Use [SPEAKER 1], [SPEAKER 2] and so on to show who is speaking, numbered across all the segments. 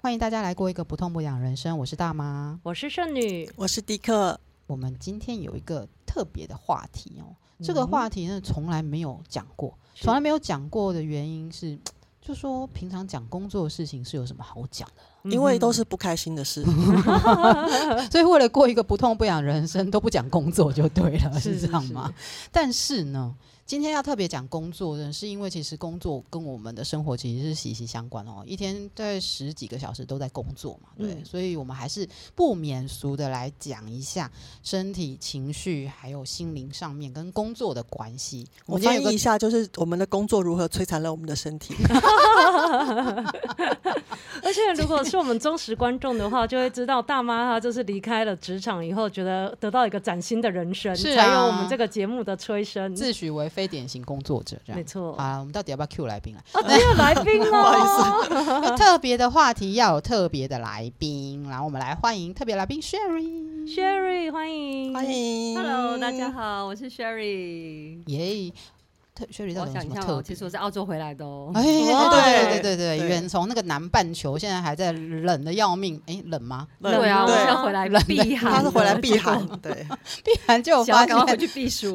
[SPEAKER 1] 欢迎大家来过一个不痛不痒人生，我是大妈。
[SPEAKER 2] 我是剩女，
[SPEAKER 3] 我是迪克，
[SPEAKER 1] 我们今天有一个特别的话题哦，
[SPEAKER 2] 嗯
[SPEAKER 1] 这个话题呢从来没有讲过，从来没有讲过的原因是，就说平常讲工作的事情是有什么好讲的？
[SPEAKER 2] 嗯
[SPEAKER 3] 因为都是不开心的事，
[SPEAKER 1] 所以为了过一个不痛不痒人生，都不讲工作就对了，是
[SPEAKER 2] 是
[SPEAKER 1] 这样吗？？但是呢，今天要特别讲工作呢，是因为其实工作跟我们的生活其实是息息相关哦。一天在十几个小时都在工作嘛，对，
[SPEAKER 3] 嗯
[SPEAKER 1] 所以我们还是不免俗的来讲一下身体、情绪还有心灵上面跟工作的关系。
[SPEAKER 3] 我
[SPEAKER 1] 今天
[SPEAKER 3] 翻
[SPEAKER 1] 有
[SPEAKER 3] 译一
[SPEAKER 1] 个
[SPEAKER 3] 下，就是我们的工作如何摧残了我们的身体。
[SPEAKER 2] 而且如果是我们忠实观众的话，就会知道大妈她就是离开了职场以后，觉得得到一个崭新的人生，
[SPEAKER 1] 是啊
[SPEAKER 2] 才有我们这个节目的催生。
[SPEAKER 1] 自诩为非典型工作者这样
[SPEAKER 2] 没。错，
[SPEAKER 1] 好了，我们到底要不要 Q 来宾来？
[SPEAKER 2] 啊，只有来 宾哦，不好意思，
[SPEAKER 1] 有特别的话题要有特别的来宾，然后我们来欢迎特别来宾 Sherry。
[SPEAKER 2] Sherry，欢迎，
[SPEAKER 3] 欢。迎
[SPEAKER 4] Hello，大家好，我是 Sherry。
[SPEAKER 1] 耶、特 Sherry 到
[SPEAKER 4] 我
[SPEAKER 1] 底有
[SPEAKER 4] 想
[SPEAKER 1] 什
[SPEAKER 4] 一
[SPEAKER 1] 么
[SPEAKER 4] 下
[SPEAKER 1] 特别？
[SPEAKER 4] 哦，其实我是澳洲回来的哦。
[SPEAKER 3] 啊
[SPEAKER 1] 哎，
[SPEAKER 3] 哇
[SPEAKER 1] 对对对
[SPEAKER 3] 对
[SPEAKER 1] 对对对，
[SPEAKER 3] 对
[SPEAKER 1] 远从那个南半球，现在还在冷的要命。哎，冷吗？
[SPEAKER 4] 对啊，我
[SPEAKER 3] 对
[SPEAKER 4] 是要回来避寒的，
[SPEAKER 3] 他是回来避寒，对，
[SPEAKER 1] 必然就有
[SPEAKER 4] 想
[SPEAKER 1] 发
[SPEAKER 4] 要赶快回
[SPEAKER 1] 现，
[SPEAKER 4] 去避 暑。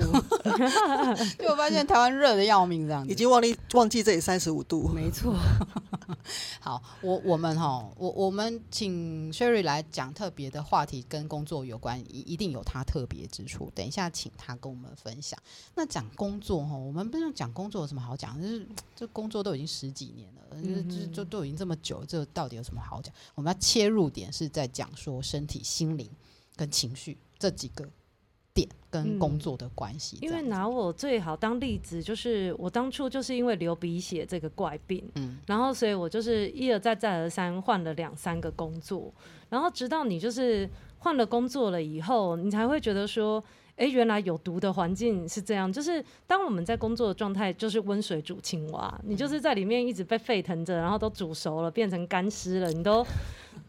[SPEAKER 1] 就有发现台湾热的要命这样
[SPEAKER 3] 已
[SPEAKER 1] 子。
[SPEAKER 3] 经忘记忘记这里三十五度。
[SPEAKER 4] 没错，
[SPEAKER 1] 好，我我们哈，我我们请 Sherry 来讲特别的话题，跟工作有关，一一定有他特别之处。等一下，请他跟我们分享。那讲工作哈，我们不是讲工作有什么好讲？就是这工作都已经十几年了，就是就是
[SPEAKER 2] 嗯
[SPEAKER 1] 就都已经这么久，这到底有什么好讲？我们要切入点是在讲说身体、心灵跟情绪这几个点跟工作的关系、这
[SPEAKER 2] 嗯因为
[SPEAKER 1] 样子
[SPEAKER 2] 拿我最好当例子，就是我当初就是因为流鼻血这个怪病，
[SPEAKER 1] 嗯，
[SPEAKER 2] 然后所以我就是一而再再而三换了两三个工作，然后直到你就是换了工作了以后，你才会觉得说。诶，原来有毒的环境是这样，就是当我们在工作的状态，就是温水煮青蛙，你就是在里面一直被沸腾着，然后都煮熟了，变成干尸了，你都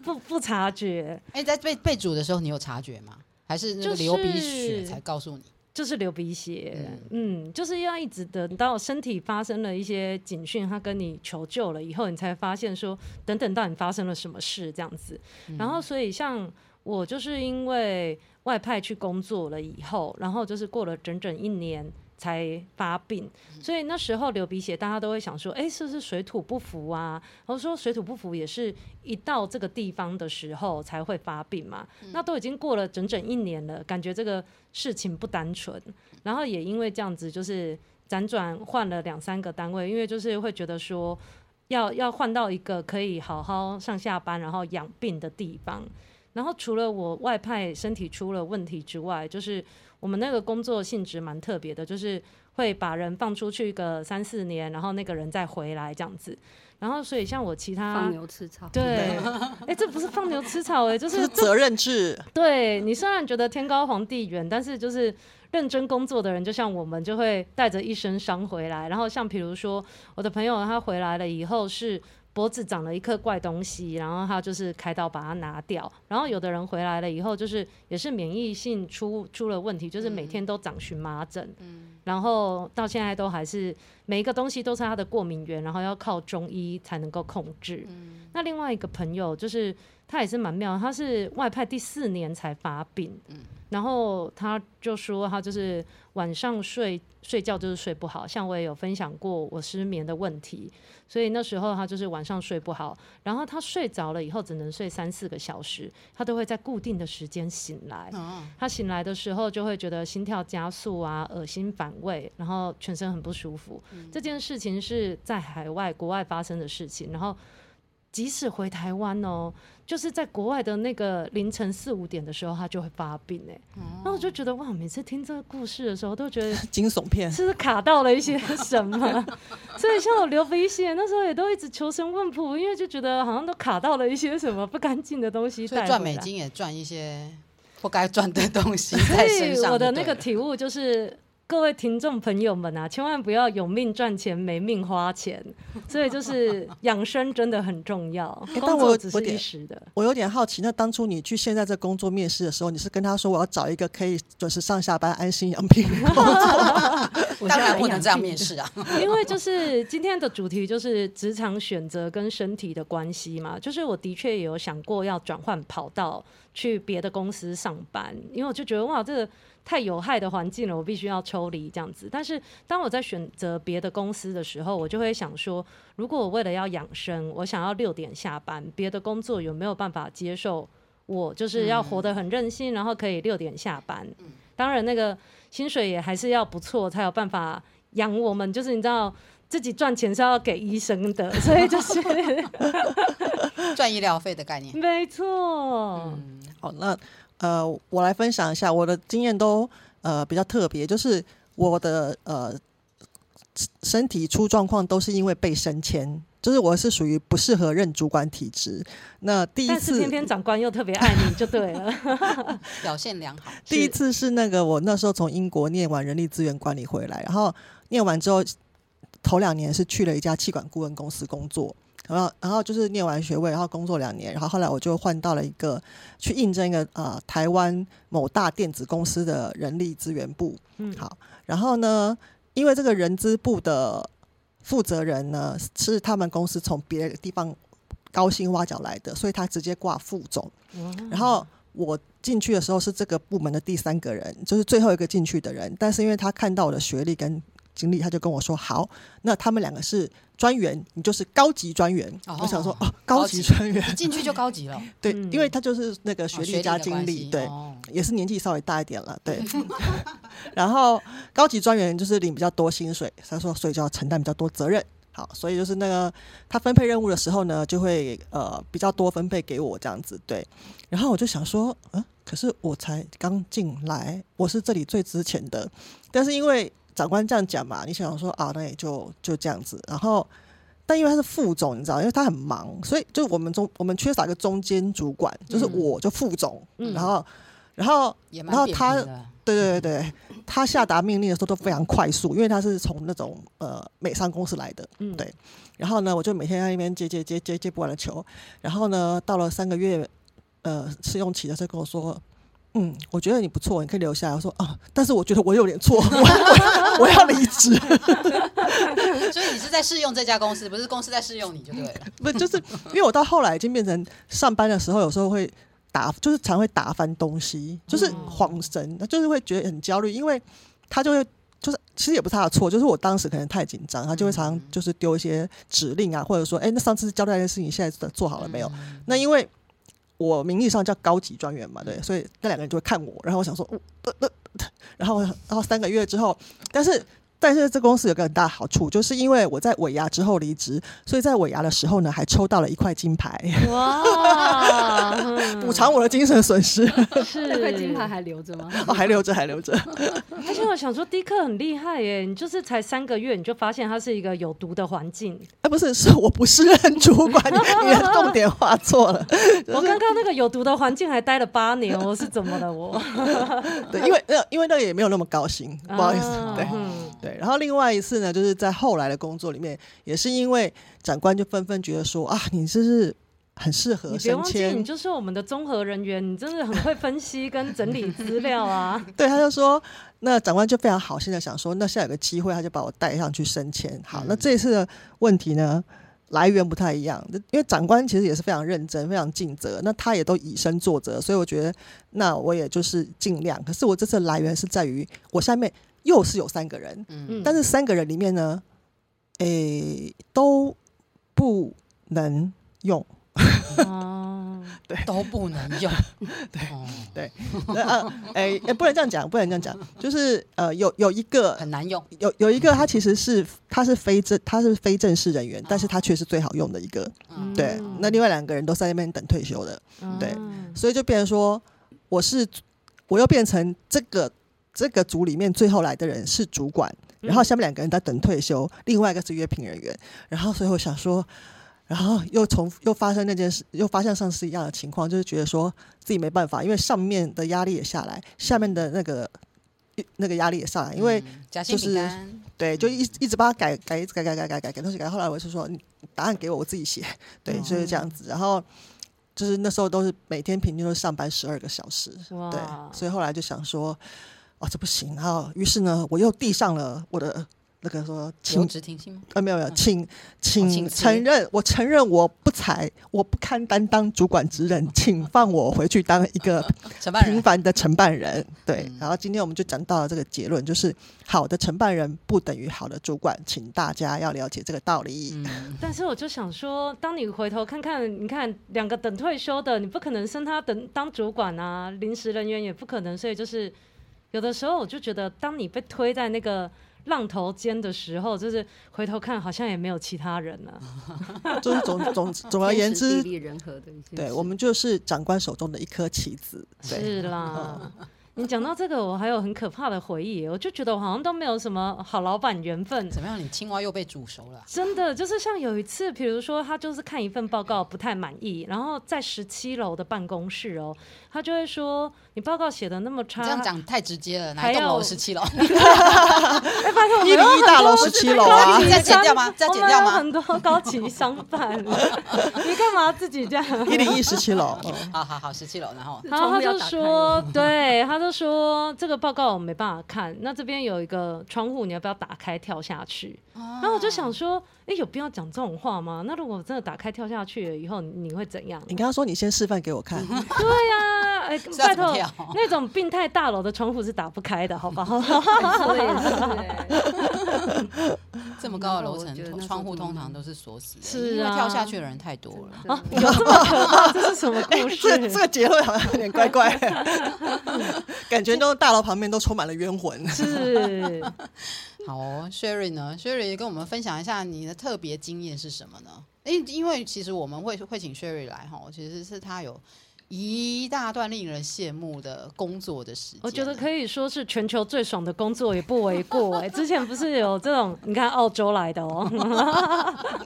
[SPEAKER 2] 不不察觉，
[SPEAKER 1] 哎、在被被煮的时候，你有察觉吗？还是那个
[SPEAKER 2] 就是
[SPEAKER 1] 流鼻血才告诉你？
[SPEAKER 2] 就是流鼻血，嗯就是要一直等到身体发生了一些警讯，他跟你求救了以后，你才发现说，等等到底发生了什么事这样子。然后，所以像我就是因为外派去工作了以后，然后就是过了整整一年。才发病，所以那时候流鼻血，大家都会想说，哎、是不是水土不服啊？然后说水土不服也是一到这个地方的时候才会发病嘛。
[SPEAKER 4] 嗯
[SPEAKER 2] 那都已经过了整整一年了，感觉这个事情不单纯，然后也因为这样子，就是辗转换了两三个单位，因为就是会觉得说要要换到一个可以好好上下班，然后养病的地方。然后除了我外派身体出了问题之外，就是我们那个工作性质蛮特别的，就是会把人放出去个三四年，然后那个人再回来这样子。然后所以像我其他
[SPEAKER 4] 放牛吃草。
[SPEAKER 2] 对， 哎、这不是放牛吃草哎、就
[SPEAKER 3] 这是
[SPEAKER 2] 是
[SPEAKER 3] 责任制，
[SPEAKER 2] 对你虽然觉得天高皇帝远，但是就是认真工作的人，就像我们，就会带着一身伤回来。然后像比如说我的朋友，他回来了以后是脖子长了一颗怪东西，然后他就是开刀把它拿掉。然后有的人回来了以后，就是也是免疫性出出了问题，就是每天都长荨麻疹。然后到现在都还是每一个东西都是他的过敏源，然后要靠中医才能够控制。那另外一个朋友就是他也是蛮妙的，他是外派第四年才发病，然后他就说他就是晚上睡睡觉就是睡不好，像我也有分享过我失眠的问题，所以那时候他就是晚上睡不好，然后他睡着了以后只能睡三四个小时，他都会在固定的时间醒来，他醒来的时候就会觉得心跳加速啊，恶心反胃，然后全身很不舒服。这件事情是在海外国外发生的事情，然后即使回台湾哦，就是在国外的那个凌晨四五点的时候，他就会发病哎、那我就觉得哇，每次听这个故事的时候，都觉得
[SPEAKER 3] 惊悚片。
[SPEAKER 2] 是不是卡到了一些什 么？所以像我流鼻血那时候也都一直求神问卜，因为就觉得好像都卡到了一些什么不干净的东西
[SPEAKER 1] 所
[SPEAKER 2] 带
[SPEAKER 1] 以
[SPEAKER 2] 回
[SPEAKER 1] 赚美
[SPEAKER 2] 来
[SPEAKER 1] 金也赚一些不该赚的东西在身
[SPEAKER 2] 所
[SPEAKER 1] 上。
[SPEAKER 2] 以我的
[SPEAKER 1] 就
[SPEAKER 2] 那
[SPEAKER 1] 对
[SPEAKER 2] 个
[SPEAKER 1] 了
[SPEAKER 2] 体悟就是，各位听众朋友们啊，千万不要有命赚钱没命花钱，所以就是养生真的很重要，
[SPEAKER 3] 哎但
[SPEAKER 2] 工作
[SPEAKER 3] 我
[SPEAKER 2] 只
[SPEAKER 3] 我
[SPEAKER 2] 是一
[SPEAKER 3] 点
[SPEAKER 2] 时的。
[SPEAKER 3] 我有点好奇，那当初你去现在这工作面试的时候，你是跟他说我要找一个可以准时上下班、安心养病的工作？
[SPEAKER 1] 当然不能这样面试啊。
[SPEAKER 2] 因为就是今天的主题就是职场选择跟身体的关系嘛，就是我的确也有想过要转换跑道去别的公司上班，因为我就觉得哇，这个太有害的环境了，我必须要抽离这样子。但是当我在选择别的公司的时候，我就会想说，如果我为了要养生，我想要六点下班，别的工作有没有办法接受？我就是要活得很任性，然后可以六点下班。当然，那个薪水也还是要不错，才有办法养我们。就是你知道，自己赚钱是要给医生的， 所以就是
[SPEAKER 1] 赚医疗费的概念。
[SPEAKER 2] 没错，
[SPEAKER 3] 嗯好，那呃，我来分享一下我的经验都呃比较特别，就是我的呃身体出状况都是因为被升迁，就是我是属于不适合任主管体质。那第一
[SPEAKER 2] 但是
[SPEAKER 3] 次
[SPEAKER 2] 偏偏长官又特别爱你，就对 了。
[SPEAKER 1] 表现良好，
[SPEAKER 3] 第一
[SPEAKER 2] 是
[SPEAKER 3] 次是那个我那时候从英国念完人力资源管理回来，然后念完之后头两年是去了一家气管顾问公司工作。然后，然后就是念完学位，然后工作两年，然后后来我就换到了一个去应征一个呃台湾某大电子公司的人力资源部，
[SPEAKER 2] 嗯，
[SPEAKER 3] 好然后呢，因为这个人资部的负责人呢是他们公司从别的地方高薪挖角来的，所以他直接挂副总。
[SPEAKER 2] 哇
[SPEAKER 1] 嗯
[SPEAKER 3] 然后我进去的时候是这个部门的第三个人，就是最后一个进去的人。但是因为他看到我的学历跟经历，他就跟我说：“好，那他们两个是专员，你就是高级专员。
[SPEAKER 1] 哦
[SPEAKER 3] 我想说，哦，
[SPEAKER 1] 高
[SPEAKER 3] 高
[SPEAKER 1] 级
[SPEAKER 3] 级专员，
[SPEAKER 1] 进去就高级了，哦
[SPEAKER 3] 对，
[SPEAKER 2] 嗯
[SPEAKER 3] 因为他就是那个学
[SPEAKER 1] 学
[SPEAKER 3] 历
[SPEAKER 1] 历
[SPEAKER 3] 加
[SPEAKER 1] 的
[SPEAKER 3] 经
[SPEAKER 1] 关
[SPEAKER 3] 历，
[SPEAKER 1] 系
[SPEAKER 3] 对，
[SPEAKER 1] 哦
[SPEAKER 3] 也是年纪稍微大一点了， 对。 然后高级专员就是领比较多薪水，他说所以就要承担比较多责任。好，所以就是那个他分配任务的时候呢，就会呃比较多分配给我这样子，对。然后我就想说，嗯，可是我才刚进来，我是这里最值钱的，但是因为长官这样讲嘛，你想说啊，那也就就这样子。然后，但因为他是副总，你知道，因为他很忙，所以就我们中我们缺少一个中间主管，就是
[SPEAKER 2] 嗯
[SPEAKER 3] 我就副总，
[SPEAKER 2] 嗯
[SPEAKER 3] 然后然后
[SPEAKER 1] 也
[SPEAKER 3] 然
[SPEAKER 1] 蛮
[SPEAKER 3] 后
[SPEAKER 1] 扁
[SPEAKER 3] 他
[SPEAKER 1] 平的。
[SPEAKER 3] 对对对对，他下达命令的时候都非常快速，因为他是从那种呃美商公司来的。
[SPEAKER 2] 嗯
[SPEAKER 3] 对然后呢，我就每天在那边接接接接接不完的球。然后呢，到了三个月呃试用期的时候跟我说。嗯，我觉得你不错，你可以留下来。我说啊，但是我觉得我有点错，我 我我要离职。
[SPEAKER 1] 所以你是在试用这家公司，不是公司在试用你就对了。
[SPEAKER 3] 不就是因为我到后来已经变成上班的时候，有时候会打，就是常会打翻东西，就是
[SPEAKER 2] 嗯
[SPEAKER 3] 恍神，就是会觉得很焦虑，因为他就会就是其实也不是他的错，就是我当时可能太紧张，他就会
[SPEAKER 1] 嗯
[SPEAKER 3] 常常就是丢一些指令啊，或者说，哎、那上次交代的事情现在做好了没有？
[SPEAKER 1] 嗯
[SPEAKER 3] 那因为我名义上叫高级专员嘛，对，所以那两个人就会看我，然后我想说，哦呃 呃呃然后然后三个月之后，但是但是这公司有个很大的好处，就是因为我在尾牙之后离职，所以在尾牙的时候呢，还抽到了一块金牌，
[SPEAKER 2] 嗯哇，嗯
[SPEAKER 3] 补偿我的精神 损失，
[SPEAKER 2] 是
[SPEAKER 4] 这块金牌还留着吗？
[SPEAKER 3] 哦，还留着，还留着，
[SPEAKER 2] 而且我想说，迪克很厉害耶！你就是才三个月，你就发现它是一个有毒的环 境。
[SPEAKER 3] 哎，不是，是我不是任主管，你你的重点画错了，
[SPEAKER 2] 我刚刚那个有毒的环境还待了八年， 我是怎么了我？
[SPEAKER 3] 对，因为那因为那个也没有那么高兴，不好意思，
[SPEAKER 1] 哦
[SPEAKER 2] 啊
[SPEAKER 3] 对。
[SPEAKER 2] 嗯
[SPEAKER 3] 对，然后另外一次呢，就是在后来的工作里面，也是因为长官就纷纷觉得说啊，你这是很适合
[SPEAKER 2] 你别
[SPEAKER 3] 升
[SPEAKER 2] 忘记，你
[SPEAKER 3] 迁，
[SPEAKER 2] 就是我们的综合人员，你真的很会分析跟整理资料 啊。
[SPEAKER 3] 对，他就说，那长官就非常好心的想说，那现在有个机会，他就把我带上去升迁。好，那
[SPEAKER 1] 嗯
[SPEAKER 3] 这一次的问题呢，来源不太一样，因为长官其实也是非常认真、非常尽责，那他也都以身作则，所以我觉得那我也就是尽量。可是我这次的来源是在于我下面又是有三个人，
[SPEAKER 1] 嗯，
[SPEAKER 3] 但是三个人里面呢，诶、都不能用。
[SPEAKER 2] 哦，
[SPEAKER 1] 都不能用。哦对
[SPEAKER 3] 呃呃，诶、诶不能这样讲，不能这样讲，就是呃，有有一个
[SPEAKER 1] 很难用。
[SPEAKER 3] 有有一个，他其实是他是非正他是非正式人员，但是他却是最好用的一个。
[SPEAKER 1] 嗯，
[SPEAKER 3] 对
[SPEAKER 2] 嗯，
[SPEAKER 3] 那另外两个人都在那边等退休的，对
[SPEAKER 2] 啊
[SPEAKER 3] 所以就变成说，我是我又变成这个这个组里面最后来的人是主管，然后下面两个人在等退休，另外一个是约聘人员，然后所以我想说，然后又重又发生那件事，又发生上次一样的情况，就是觉得说自己没办法，因为上面的压力也下来，下面的那个。那个压力也上来，因为
[SPEAKER 1] 嗯夹心饼干，
[SPEAKER 3] 对，就一一直帮他改改，一直改改改改改改东西改。后来我就说，你答案给我，我自己写。对，就是这样子。然后就是那时候都是每天平均都上班十二个小时，
[SPEAKER 2] 哇，
[SPEAKER 3] 对，所以后来就想说，哦，这不行。然后于是呢，我又递上了我的那个说
[SPEAKER 1] 留
[SPEAKER 3] 请
[SPEAKER 1] 职停薪吗？
[SPEAKER 3] 呃，没有没有，
[SPEAKER 1] 嗯
[SPEAKER 3] 请请
[SPEAKER 1] 请辞
[SPEAKER 3] 承认，我承认我不才，我不堪担当主管职任，请放我回去当一个
[SPEAKER 1] 承办
[SPEAKER 3] 平
[SPEAKER 1] 人，
[SPEAKER 3] 凡的承办人。对，
[SPEAKER 1] 嗯
[SPEAKER 3] 然后今天我们就讲到了这个结论，就是好的承办人不等于好的主管，请大家要了解这个道理。
[SPEAKER 1] 嗯，
[SPEAKER 2] 但是我就想说，当你回头看看，你看两个等退休的，你不可能升他等当主管啊，临时人员也不可能，所以就是有的时候我就觉得，当你被推在那个浪头间的时候，就是回头看好像也没有其他人啊了、
[SPEAKER 3] 就是总总总而言
[SPEAKER 4] 天时地
[SPEAKER 3] 之，
[SPEAKER 4] 利人和的一些，
[SPEAKER 3] 对我们就是长官手中的一颗棋子。对，
[SPEAKER 2] 是啦。你讲到这个，我还有很可怕的回忆，我就觉得我好像都没有什么好老板缘分，
[SPEAKER 1] 怎么样？你青蛙又被煮熟了啊，
[SPEAKER 2] 真的就是像有一次，比如说他就是看一份报告不太满意，然后在十七楼的办公室哦，他就会说你报告写的那么差，
[SPEAKER 1] 你这样讲太直接了，哪
[SPEAKER 2] 还
[SPEAKER 1] 一栋
[SPEAKER 2] 要
[SPEAKER 1] 楼十七楼？
[SPEAKER 2] 哎，拜托我
[SPEAKER 3] 一
[SPEAKER 2] 们
[SPEAKER 3] 零一大楼十七楼啊
[SPEAKER 2] 高，级
[SPEAKER 1] 你哦再剪掉 吗再
[SPEAKER 4] 哦
[SPEAKER 2] 我
[SPEAKER 1] 剪
[SPEAKER 2] 们
[SPEAKER 1] 掉
[SPEAKER 2] 有
[SPEAKER 1] 吗
[SPEAKER 2] 很多高级商贩，你干嘛自己 这样？
[SPEAKER 3] 一零一十七 楼。嗯
[SPEAKER 1] 好好好，十七楼，然后
[SPEAKER 2] 然后他
[SPEAKER 4] 窗户要
[SPEAKER 2] 就
[SPEAKER 4] 打开
[SPEAKER 2] 说，对，他就说这个报告我没办法看，那这边有一个窗户，你要不要打开跳下去？
[SPEAKER 1] 啊
[SPEAKER 2] 然后我就想说，哎，有必要讲这种话吗？那如果真的打开跳下去了以后，你你会怎样？
[SPEAKER 3] 你跟他说，你先示范给我 看。
[SPEAKER 2] 对呀、哎，
[SPEAKER 1] 是要
[SPEAKER 2] 拜
[SPEAKER 1] 怎么
[SPEAKER 2] 托，
[SPEAKER 1] 跳？
[SPEAKER 2] 那种病态大楼的窗户是打不开的，好不好？
[SPEAKER 4] 哎说的 也是欸，
[SPEAKER 1] 这么高的
[SPEAKER 4] 那
[SPEAKER 1] 楼
[SPEAKER 4] 我觉得那
[SPEAKER 1] 层，
[SPEAKER 4] 时候
[SPEAKER 1] 窗户
[SPEAKER 4] 真的
[SPEAKER 1] 通常都是锁死的，
[SPEAKER 2] 是
[SPEAKER 1] 因为
[SPEAKER 2] 啊
[SPEAKER 1] 跳下去的人太多了。
[SPEAKER 4] 啊，
[SPEAKER 2] 有这么可怕？这是什么故事？
[SPEAKER 3] 这这个结论好像有点怪 怪，感觉都大楼旁边都充满了冤魂。
[SPEAKER 2] 是
[SPEAKER 1] 好哦，Sherry 呢？Sherry 跟我们分享一下你的特别经验是什么呢？因因为其实我们会会请 Sherry 来哈，其实是他有一大段令人羡慕的工作的时间。
[SPEAKER 2] 我觉得可以说是全球最爽的工作，也不为过、哎，之前不是有这种，你看澳洲来的哦、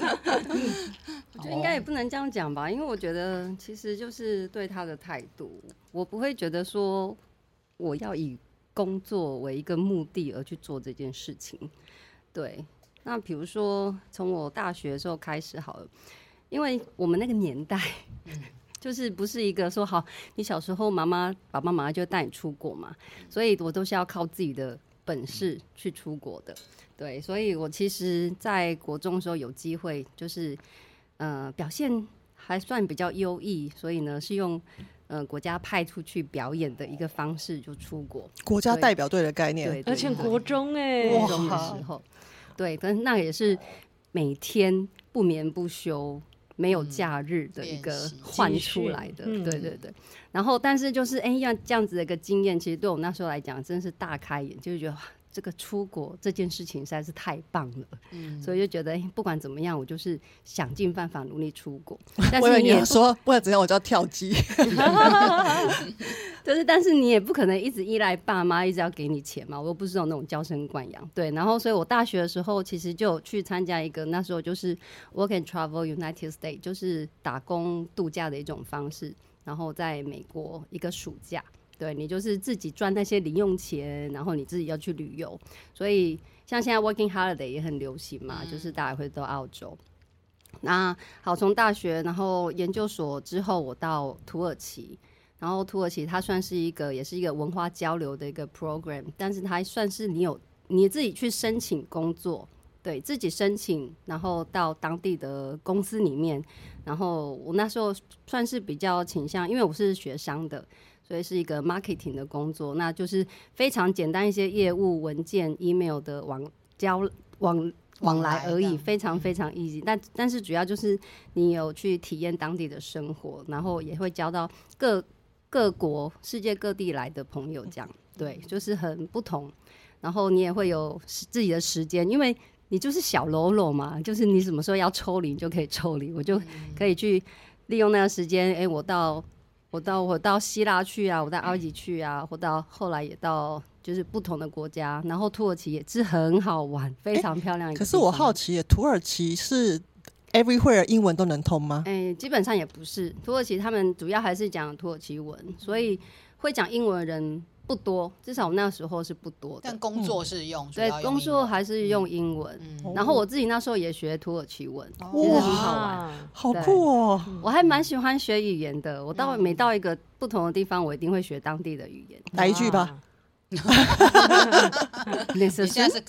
[SPEAKER 4] 我觉得应该也不能这样讲吧，因为我觉得其实就是对他的态度，我不会觉得说我要以工作为一个目的而去做这件事情。对，那比如说从我大学的时候开始好了，因为我们那个年代， 就是不是一个说好你小时候妈妈爸爸妈妈就带你出国嘛，所以我都是要靠自己的本事去出国的。对，所以我其实，在国中的时候有机会，就是呃表现还算比较优异，所以呢是用呃国家派出去表演的一个方式就出国。
[SPEAKER 3] 国家代表队的概念，
[SPEAKER 4] 对，
[SPEAKER 2] 而
[SPEAKER 4] 对
[SPEAKER 2] 且
[SPEAKER 4] 对
[SPEAKER 2] 国中哎、
[SPEAKER 4] 高
[SPEAKER 3] 哇
[SPEAKER 4] 中的时候，对，但是那也是每天不眠不休、没有假日的一
[SPEAKER 1] 练
[SPEAKER 4] 个
[SPEAKER 1] 习
[SPEAKER 4] 换出来的，
[SPEAKER 2] 嗯
[SPEAKER 4] 对对对。然后，但是就是哎，要这样子的一个经验，其实对我那时候来讲，真是大开眼，就是觉得哇，这个出国这件事情实在是太棒了，
[SPEAKER 1] 嗯，
[SPEAKER 4] 所以就觉得哎，不管怎么样，我就是想尽办法努力出 国。但
[SPEAKER 3] 我以
[SPEAKER 4] 是
[SPEAKER 3] 为你
[SPEAKER 4] 你也
[SPEAKER 3] 要说，不然怎样我就要跳机。
[SPEAKER 4] 就是，但是你也不可能一直依赖爸妈，一直要给你钱嘛。我又不是那种娇生惯养，对。然后，所以我大学的时候其实就有去参加一个，那时候就是 work and travel United States，就是打工度假的一种方式。然后在美国一个暑假，对你就是自己赚那些零用钱，然后你自己要去旅游。所以像现在 working holiday 也很流行嘛，就是大家会到澳洲。那好，从大学，然后研究所之后，我到土耳其，然后土耳其它算是一个，也是一个文化交流的一个 program，但是它算是你有你自己去申请工作，对自己申请，然后到当地的公司里面，然后我那时候算是比较倾向，因为我是学商的。所以是一个 marketing 的工作，那就是非常简单一些业务文件、email 的往交往往来而
[SPEAKER 1] 往来
[SPEAKER 4] 已，
[SPEAKER 1] 的
[SPEAKER 4] 非常非常 easy 但但是主要就是你有去体验当地的生活，然后也会交到各各国、世界各地来的朋友，这样对，就是很不同。然后你也会有时自己的时间，因为你就是小喽啰嘛，就是你什么时候要抽离你就可以抽离，我就
[SPEAKER 1] 嗯
[SPEAKER 4] 可以去利用那个时间。诶，我到我到我到希腊去啊，我到埃及去啊，我到后来也到就是不同的国家，然后土耳其也是很好玩，非常漂亮一个
[SPEAKER 3] 可
[SPEAKER 4] 地方。
[SPEAKER 3] 是我好奇耶，土耳其是 everywhere 英文都能通吗？
[SPEAKER 4] 哎、基本上也不是，土耳其他们主要还是讲土耳其文，所以会讲英文的人不多，至少那时候是不多
[SPEAKER 1] 但
[SPEAKER 4] 的。
[SPEAKER 1] 工作是用，主
[SPEAKER 4] 嗯对
[SPEAKER 1] 要，用
[SPEAKER 4] 工
[SPEAKER 1] 英
[SPEAKER 4] 作
[SPEAKER 1] 文
[SPEAKER 4] 还是用英文。
[SPEAKER 1] 嗯
[SPEAKER 4] 然后我自己那时候也学土耳其文，
[SPEAKER 1] 哦
[SPEAKER 4] 其实很好玩。
[SPEAKER 2] 玩。
[SPEAKER 3] 好酷哦！
[SPEAKER 4] 我还蛮喜欢学语言的。我到每到一个不同的地方，我一定会学当地的语 言。
[SPEAKER 3] 来一句吧，
[SPEAKER 4] 你
[SPEAKER 1] 你
[SPEAKER 4] 是
[SPEAKER 1] 现在是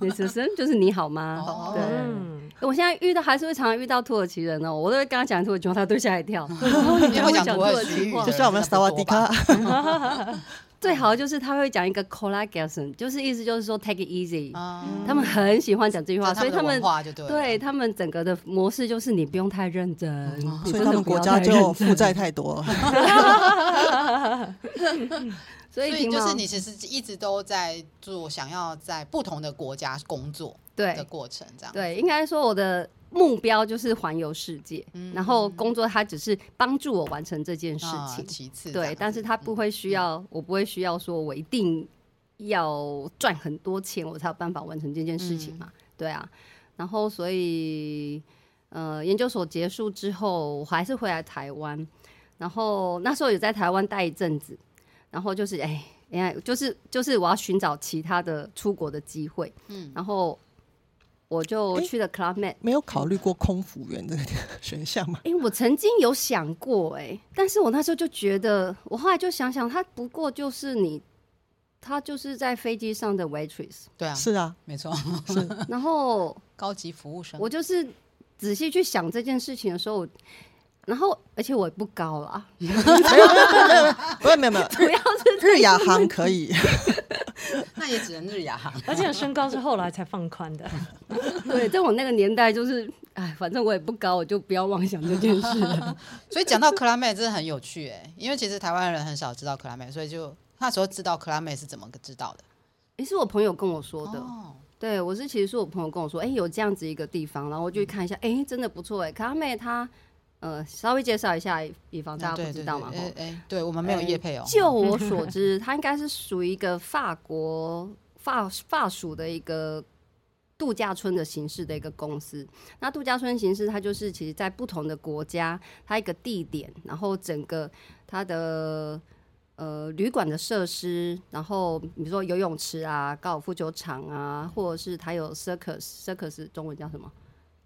[SPEAKER 4] 你是生就是你好吗？
[SPEAKER 1] 哦
[SPEAKER 4] 对
[SPEAKER 2] 嗯，
[SPEAKER 4] 我现在遇到还是会常常遇到土耳其人哦，我都会跟他讲土耳其话，他都吓一 跳。
[SPEAKER 1] 你要
[SPEAKER 4] 会
[SPEAKER 1] 讲
[SPEAKER 4] 讲
[SPEAKER 1] 土
[SPEAKER 4] 土
[SPEAKER 1] 耳
[SPEAKER 4] 耳
[SPEAKER 1] 其
[SPEAKER 4] 其
[SPEAKER 1] 语
[SPEAKER 4] 话
[SPEAKER 1] 的
[SPEAKER 3] 就
[SPEAKER 1] 人
[SPEAKER 3] 像我们
[SPEAKER 1] 真的
[SPEAKER 3] 萨
[SPEAKER 1] 不
[SPEAKER 3] 瓦
[SPEAKER 1] 多
[SPEAKER 3] 迪
[SPEAKER 1] 吧
[SPEAKER 3] 卡，
[SPEAKER 4] 最好就是他会讲一个 c o l a g a s o n 就是意思就是说 take it easy。
[SPEAKER 1] 啊，
[SPEAKER 4] 他们很喜欢讲这句话，
[SPEAKER 1] 这
[SPEAKER 4] 所以
[SPEAKER 1] 是
[SPEAKER 4] 他
[SPEAKER 1] 们的文
[SPEAKER 4] 们
[SPEAKER 1] 化就对了
[SPEAKER 4] 对他们整个的模式就是你不用太认真，你
[SPEAKER 1] 哦
[SPEAKER 3] 所
[SPEAKER 4] 真
[SPEAKER 3] 以他
[SPEAKER 4] 的
[SPEAKER 3] 们
[SPEAKER 4] 不
[SPEAKER 3] 国
[SPEAKER 4] 要
[SPEAKER 3] 家
[SPEAKER 4] 太认
[SPEAKER 3] 就负债太多。
[SPEAKER 4] 所以
[SPEAKER 1] 所以
[SPEAKER 4] 听
[SPEAKER 1] 就
[SPEAKER 4] 到
[SPEAKER 1] 是你其实一直都在做想要在不同的国家工作的
[SPEAKER 4] 对
[SPEAKER 1] 过程，这样
[SPEAKER 4] 对，应该说我的目标就是环游世界，
[SPEAKER 1] 嗯
[SPEAKER 4] 然后工作它只是帮助我完成这件事
[SPEAKER 1] 啊
[SPEAKER 4] 情，
[SPEAKER 1] 其次这样
[SPEAKER 4] 对，
[SPEAKER 1] 子嗯
[SPEAKER 4] 但是它不会需要，我不会需要说我一定要赚很多钱，我才有办法完成这件事
[SPEAKER 1] 嗯
[SPEAKER 4] 情嘛，对啊，然后所以呃，研究所结束之后，我还是回来台湾，然后那时候也在台湾待一阵子，然后就是哎。哎，就是就是我要寻找其他的出国的机会，
[SPEAKER 1] 嗯
[SPEAKER 4] 然后我就
[SPEAKER 3] 诶
[SPEAKER 4] 去了 Club Med，
[SPEAKER 3] 没有考虑过空服员这个选项 吗？
[SPEAKER 4] 哎、我曾经有想过、哎，但是我那时候就觉得，我后来就想想，他不过就是你，他就是在飞机上 的 waitress，
[SPEAKER 1] 对啊，
[SPEAKER 3] 是 啊，
[SPEAKER 1] 没错，
[SPEAKER 4] 然后
[SPEAKER 1] 高级服务生，
[SPEAKER 4] 我就是仔细去想这件事情的时候，我然后而且我也不高啦，
[SPEAKER 3] 不是没有没有，
[SPEAKER 4] 主要是
[SPEAKER 3] 日亚航可以，
[SPEAKER 1] 那也只能日亚航，
[SPEAKER 2] 而且身高是后来才放宽的，
[SPEAKER 4] 对，在我那个年代就是，哎，反正我也不高，我就不要妄想这件事 了。
[SPEAKER 1] 所以讲到克拉妹真的很有趣哎、因为其实台湾人很少知道克拉妹，所以就那时候知道克拉妹是怎么个知道的。
[SPEAKER 4] 也、是我朋友跟我说的，
[SPEAKER 1] 哦，
[SPEAKER 4] 对，我是其实是我朋友跟我说，哎、有这样子一个地方，然后我就去看一下，哎、真的不错哎、卡拉妹她，呃，稍微介绍一下，以防大家不知道嘛。
[SPEAKER 1] 哎
[SPEAKER 4] 吼呃
[SPEAKER 1] 哎、对我们没有叶配哦、
[SPEAKER 4] 就我所知，它应该是属于一个法国法法属的一个度假村的形式的一个公司。那度假村形式，它就是其实在不同的国家，它一个地点，然后整个它的呃旅馆的设施，然后比如说游泳池啊、高尔夫球场啊，或者是它有 circus，circus 中文叫什么？